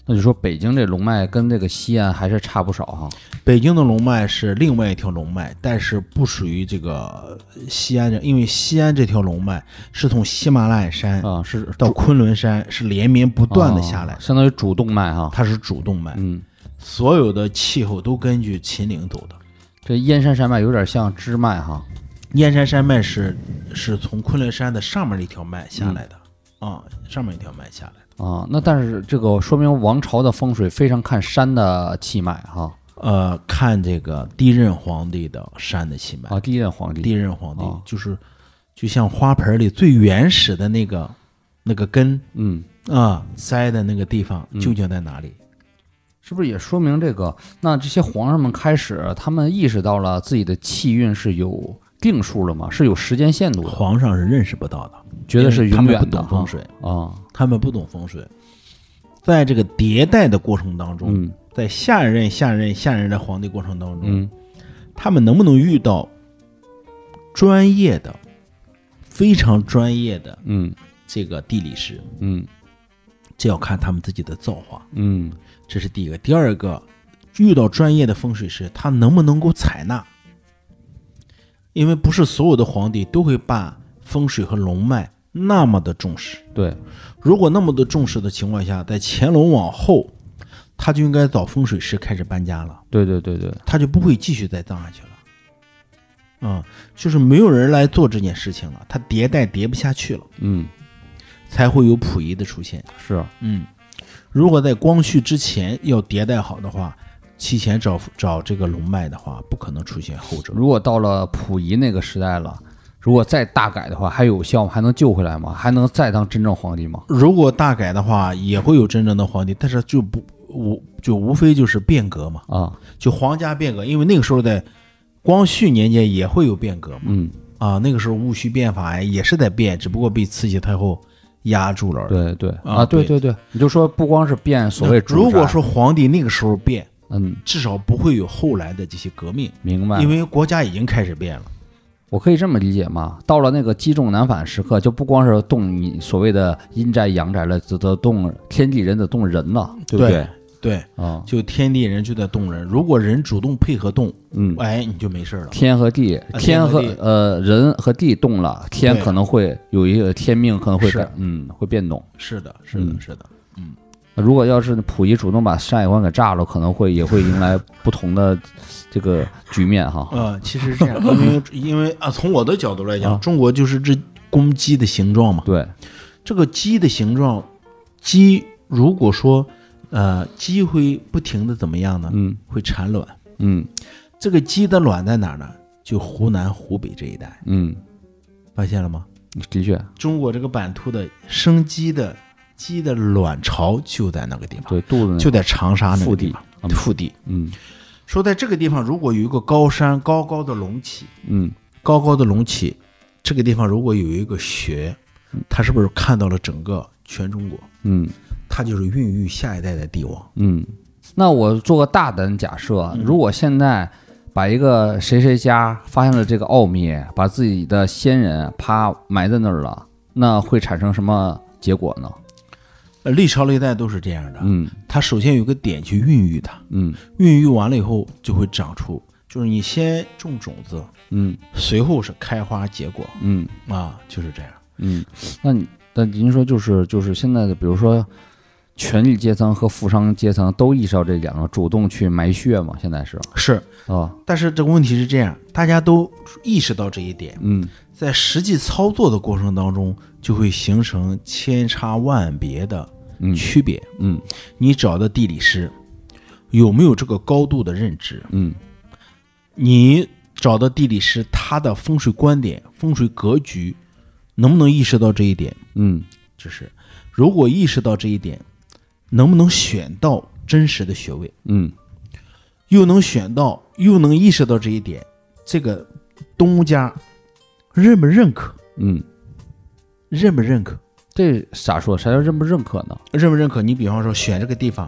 那就说北京这龙脉跟这个西安还是差不少哈。北京的龙脉是另外一条龙脉，但是不属于这个西安这，因为西安这条龙脉是从喜马拉雅山啊，是到昆仑山是连绵不断的下来啊，相当于主动脉哈。它是主动脉，嗯，所有的气候都根据秦岭走的。这燕山山脉有点像支脉哈。燕山山脉是是从昆仑山的上面一条脉下来的嗯啊、上面一条脉下来的。啊，那但是这个说明王朝的风水非常看山的气脉哈呃，看这个第一任皇帝的山的气脉，啊，第一任皇第一帝任皇帝哦就是就像花盆里最原始的那个那个根嗯，啊、栽的那个地方究竟在哪里？是不是也说明这个？那这些皇上们开始他们意识到了自己的气运是有定数了吗？是有时间限度的，皇上是认识不到的，觉得是哦因为他永们远不的懂哈风水，啊，他们不懂风水，在这个迭代的过程当中，嗯在下一任、下一任、下一任的皇帝过程当中，嗯他们能不能遇到专业的、非常专业的嗯这个地理师，嗯这要看他们自己的造化。嗯这是第一个。第二个，遇到专业的风水师，他能不能够采纳？因为不是所有的皇帝都会把风水和龙脉那么的重视。对，如果那么的重视的情况下，在乾隆往后，他就应该找风水师开始搬家了。对对对对，他就不会继续再葬下去了。嗯，就是没有人来做这件事情了，它迭代迭不下去了，嗯才会有溥仪的出现。是，嗯，如果在光绪之前要迭代好的话，提前找找这个龙脉的话，不可能出现后者。如果到了溥仪那个时代了，如果再大改的话，还有效吗？还能救回来吗？还能再当真正皇帝吗？如果大改的话，也会有真正的皇帝，但是就不无就无非就是变革嘛，啊，就皇家变革，因为那个时候在光绪年间也会有变革嘛。嗯，啊，那个时候戊戌变法呀也是在变，只不过被慈禧太后压住了而已。对对啊啊，对对对，你就说不光是变所谓那如主果宰说皇帝那个时候变，嗯，至少不会有后来的这些革命，明白，因为国家已经开始变了。我可以这么理解吗？到了那个积重难返时刻，就不光是动你所谓的阴宅阳宅了，只得动天地人得动人了，对不对？对对，啊，就天地人就在动人，如果人主动配合动，嗯，哎，你就没事了。天和地，啊天和和地呃人和地动了，天对可能会有一个天命可能会是改，嗯，会变动。是的，是的，嗯是的，如果要是溥仪主动把山海关给炸了，可能会也会迎来不同的这个局面哈。呃，其实是这 样，因为因为啊，从我的角度来讲，啊中国就是这公鸡的形状嘛，对，这个鸡的形状，鸡如果说呃鸡会不停的怎么样呢？嗯会产卵。嗯这个鸡的卵在哪儿呢？就湖南、湖北这一带，嗯，发现了吗？的确，中国这个版图的生鸡的鸡的卵巢就在那个地方，对肚子那就在长沙那个腹地地方，嗯腹地。啊嗯说在这个地方，如果有一个高山，高高的隆起，嗯高高的隆起，这个地方如果有一个穴，它是不是看到了整个全中国？嗯它就是孕育下一代的帝王。嗯，那我做个大胆假设，啊如果现在把一个谁谁家发现了这个奥秘，把自己的先人啪埋在那儿了，那会产生什么结果呢？呃，历朝历代都是这样的，嗯它首先有个点去孕育它，嗯孕育完了以后就会长出，就是你先种种子，嗯随后是开花结果嗯啊，就是这样。嗯，那你那您说就是就是现在的，比如说。权力阶层和富商阶层都意识到这两个，主动去埋血嘛？现在是是，啊，但是这个问题是这样，大家都意识到这一点，嗯在实际操作的过程当中，就会形成千差万别的嗯区别。嗯你找的地理师有没有这个高度的认知？嗯你找的地理师他的风水观点、风水格局，能不能意识到这一点？嗯就是如果意识到这一点，能不能选到真实的穴位？嗯又能选到，又能意识到这一点，这个东家认不认可？嗯，认不认可？这咋说？啥叫认不认可呢？认不认可？你比方说选这个地方，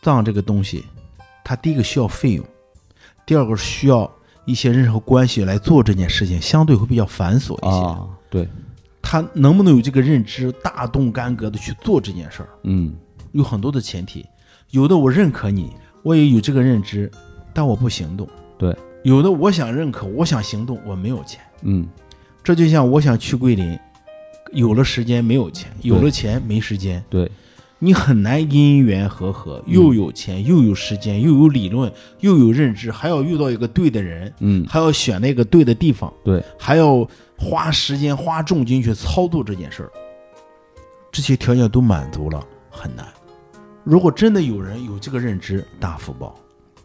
葬这个东西，它第一个需要费用，第二个需要一些人和关系来做这件事情，相对会比较繁琐一些。啊，对，他能不能有这个认知，大动干戈的去做这件事儿，嗯有很多的前提。有的我认可你，我也有这个认知，但我不行动。对，有的我想认可，我想行动，我没有钱。嗯这就像我想去桂林，有了时间没有钱，有了钱没时间，对，你很难因缘和合，又有钱又有时间，又有理论，又有认知，还要遇到一个对的人，嗯还要选那个对的地方，对，还要花时间花重金去操作这件事儿。这些条件都满足了，很难。如果真的有人有这个认知，大福报，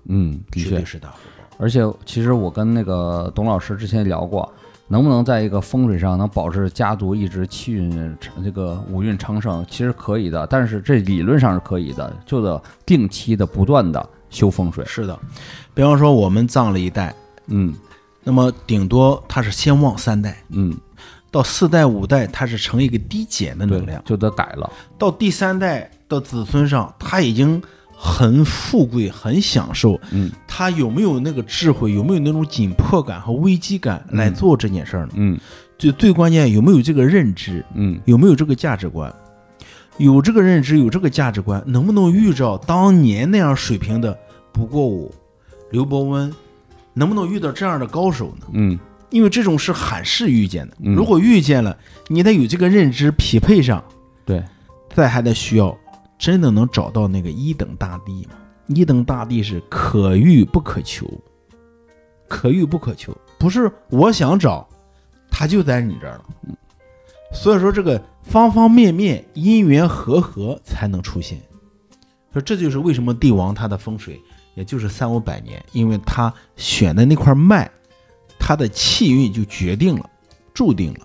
嗯，的绝确对，是大福报。而且其实我跟那个董老师之前聊过，能不能在一个风水上能保持家族一直气运这个五运昌盛，其实可以的，但是这理论上是可以的，就得定期的不断的修风水。是的，比方说我们葬了一代，嗯那么顶多它是先旺三代，嗯，到四代五代它是呈一个低减的能对量，，就得改了。到第三代的子孙上，他已经很富贵，很享受，嗯，他有没有那个智慧，有没有那种紧迫感和危机感来做这件事儿呢？嗯最最关键有没有这个认知，嗯有没有这个价值观？有这个认知，有这个价值观，能不能遇着当年那样水平的不过我、刘伯温，能不能遇到这样的高手呢？嗯因为这种是罕是遇见的，嗯如果遇见了，你得有这个认知匹配上，对，再还得需要真的能找到那个一等大帝吗？一等大帝是可遇不可求，可遇不可求，不是我想找，他就在你这儿了。所以说，这个方方面面因缘和合才能出现。说这就是为什么帝王他的风水也就是三五百年，因为他选的那块脉，他的气运就决定了，注定了。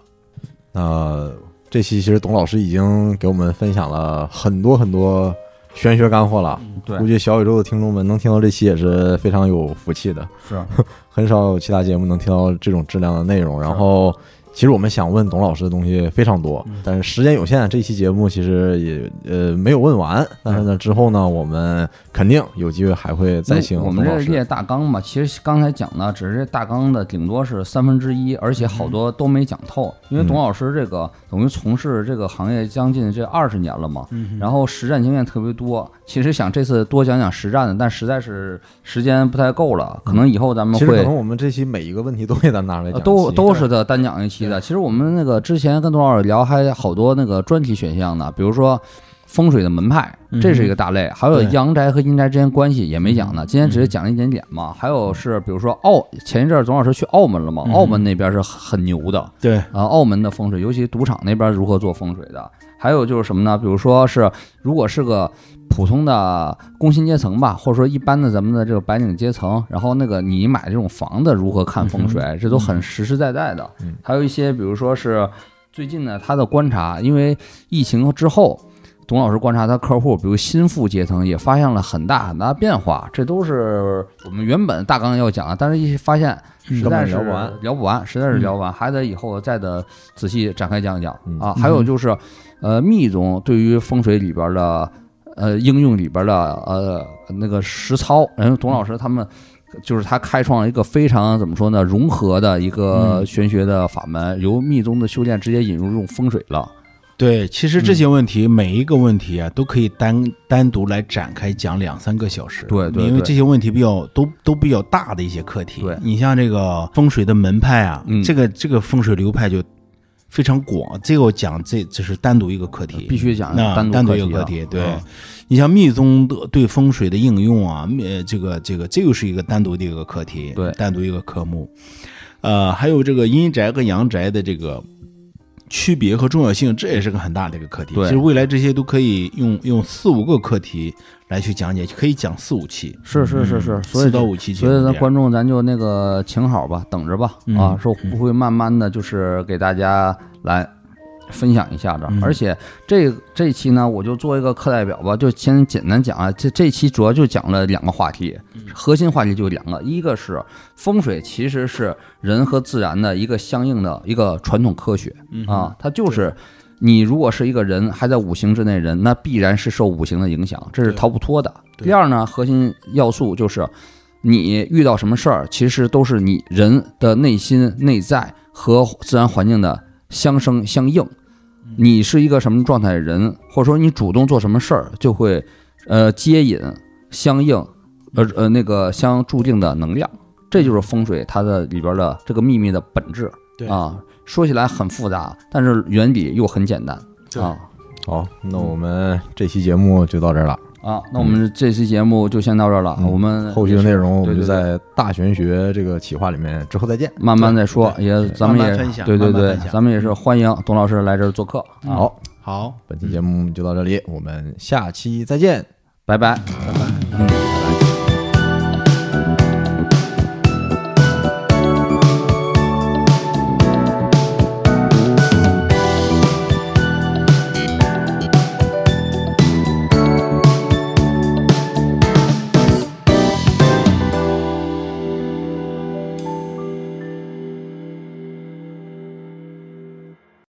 那、这期其实董老师已经给我们分享了很多很多玄学干货了，对估，计小宇宙的听众们能听到这期也是非常有福气的，是， 很少有其他节目能听到这种质量的内容。然后，其实我们想问董老师的东西非常多，嗯但是时间有限，这期节目其实也呃没有问完。但是嗯呢，之后呢，我们肯定有机会还会再请因嗯为董我们老这列师。大纲嘛，其实刚才讲的只是大纲的顶多是三分之一，而且嗯好多都没讲透。因为董老师这个等于从事这个行业将近这二十年了嘛，嗯然后实战经验特别多。其实想这次多讲讲实战的，但实在是时间不太够了，可能以后咱们其实可会能我们这期每一个问题都给咱拿出来呃讲一期，都都是的单讲一期的。其实我们那个之前跟董老师聊，还有好多那个专题选项呢，比如说风水的门派，嗯这是一个大类，还有对阳宅和阴宅之间关系也没讲嗯呢。今天只是讲了一点点嘛。还有是比如说澳，前一阵儿董老师去澳门了嗯嘛，澳门那边是很牛的，对，啊，澳门的风水，尤其赌场那边如何做风水的，还有就是什么呢？比如说是，如果是个普通的工薪阶层吧，或者说一般的咱们的这个白领阶层，然后那个你买这种房子如何看风嗯水，这都很实实在在的。还有一些，比如说是最近呢，他的观察，因为疫情之后。董老师观察他客户，比如新富阶层也发现了很大很大的变化，这都是我们原本大纲要讲的，但是一发现实根在本是聊不完，聊不完，实在是聊不完，还得以后再的仔细展开讲一讲嗯啊。还有就是，呃，密宗对于风水里边的呃应用里边的呃那个实操，然后董老师他们就是他开创了一个非常怎么说呢，融合的一个嗯玄学的法门，由密宗的修炼直接引入这种风水了。对，其实这些问题、每一个问题啊，都可以单单独来展开讲两三个小时。嗯对对因为对这些问题比较都都比较大的一些课题。对你像这个风水的门派啊，嗯这个这个风水流派就非常广，这个我讲这这是单独一个课题，必须讲那单独单独课一个题啊课题。对嗯，你像密宗的对风水的应用啊，呃，这个这个这又是一个单独的一个课题，对单独一个科目。呃，还有这个阴宅和阳宅的这个区别和重要性，这也是个很大的一个课题。对其实未来这些都可以用用四五个课题来去讲解，可以讲四五期，是是是是，所以四到五期节所目这以样。嗯咱观众咱就那个请好吧，等着吧、啊，说不会慢慢的就是给大家来分享一下的。而且这这期呢，我就做一个课代表吧，就先简单讲啊，这这期主要就讲了两个话题，核心话题就两个，一个是风水其实是人和自然的一个相应的一个传统科学啊，它就是。你如果是一个人还在五行之内人，那必然是受五行的影响，这是逃不脱的。第二呢，核心要素就是你遇到什么事儿，其实都是你人的内心、内在和自然环境的相生相应。嗯你是一个什么状态的人，或者说你主动做什么事儿，就会呃接引相应，呃呃那个相注定的能量。这就是风水它的里边的这个秘密的本质对，啊。说起来很复杂，但是原理又很简单对啊。好，那我们这期节目就到这儿了，啊，那我们这期节目就先到这儿了，嗯我们后续的内容我对们对就对嗯在大玄学这个企划里面之后再见。慢慢再说，也咱们慢慢分也享对对慢慢对分，享咱们也是欢迎董老师来这儿做客啊，好，好，本期节目就到这里，我们下期再见。拜拜。拜拜。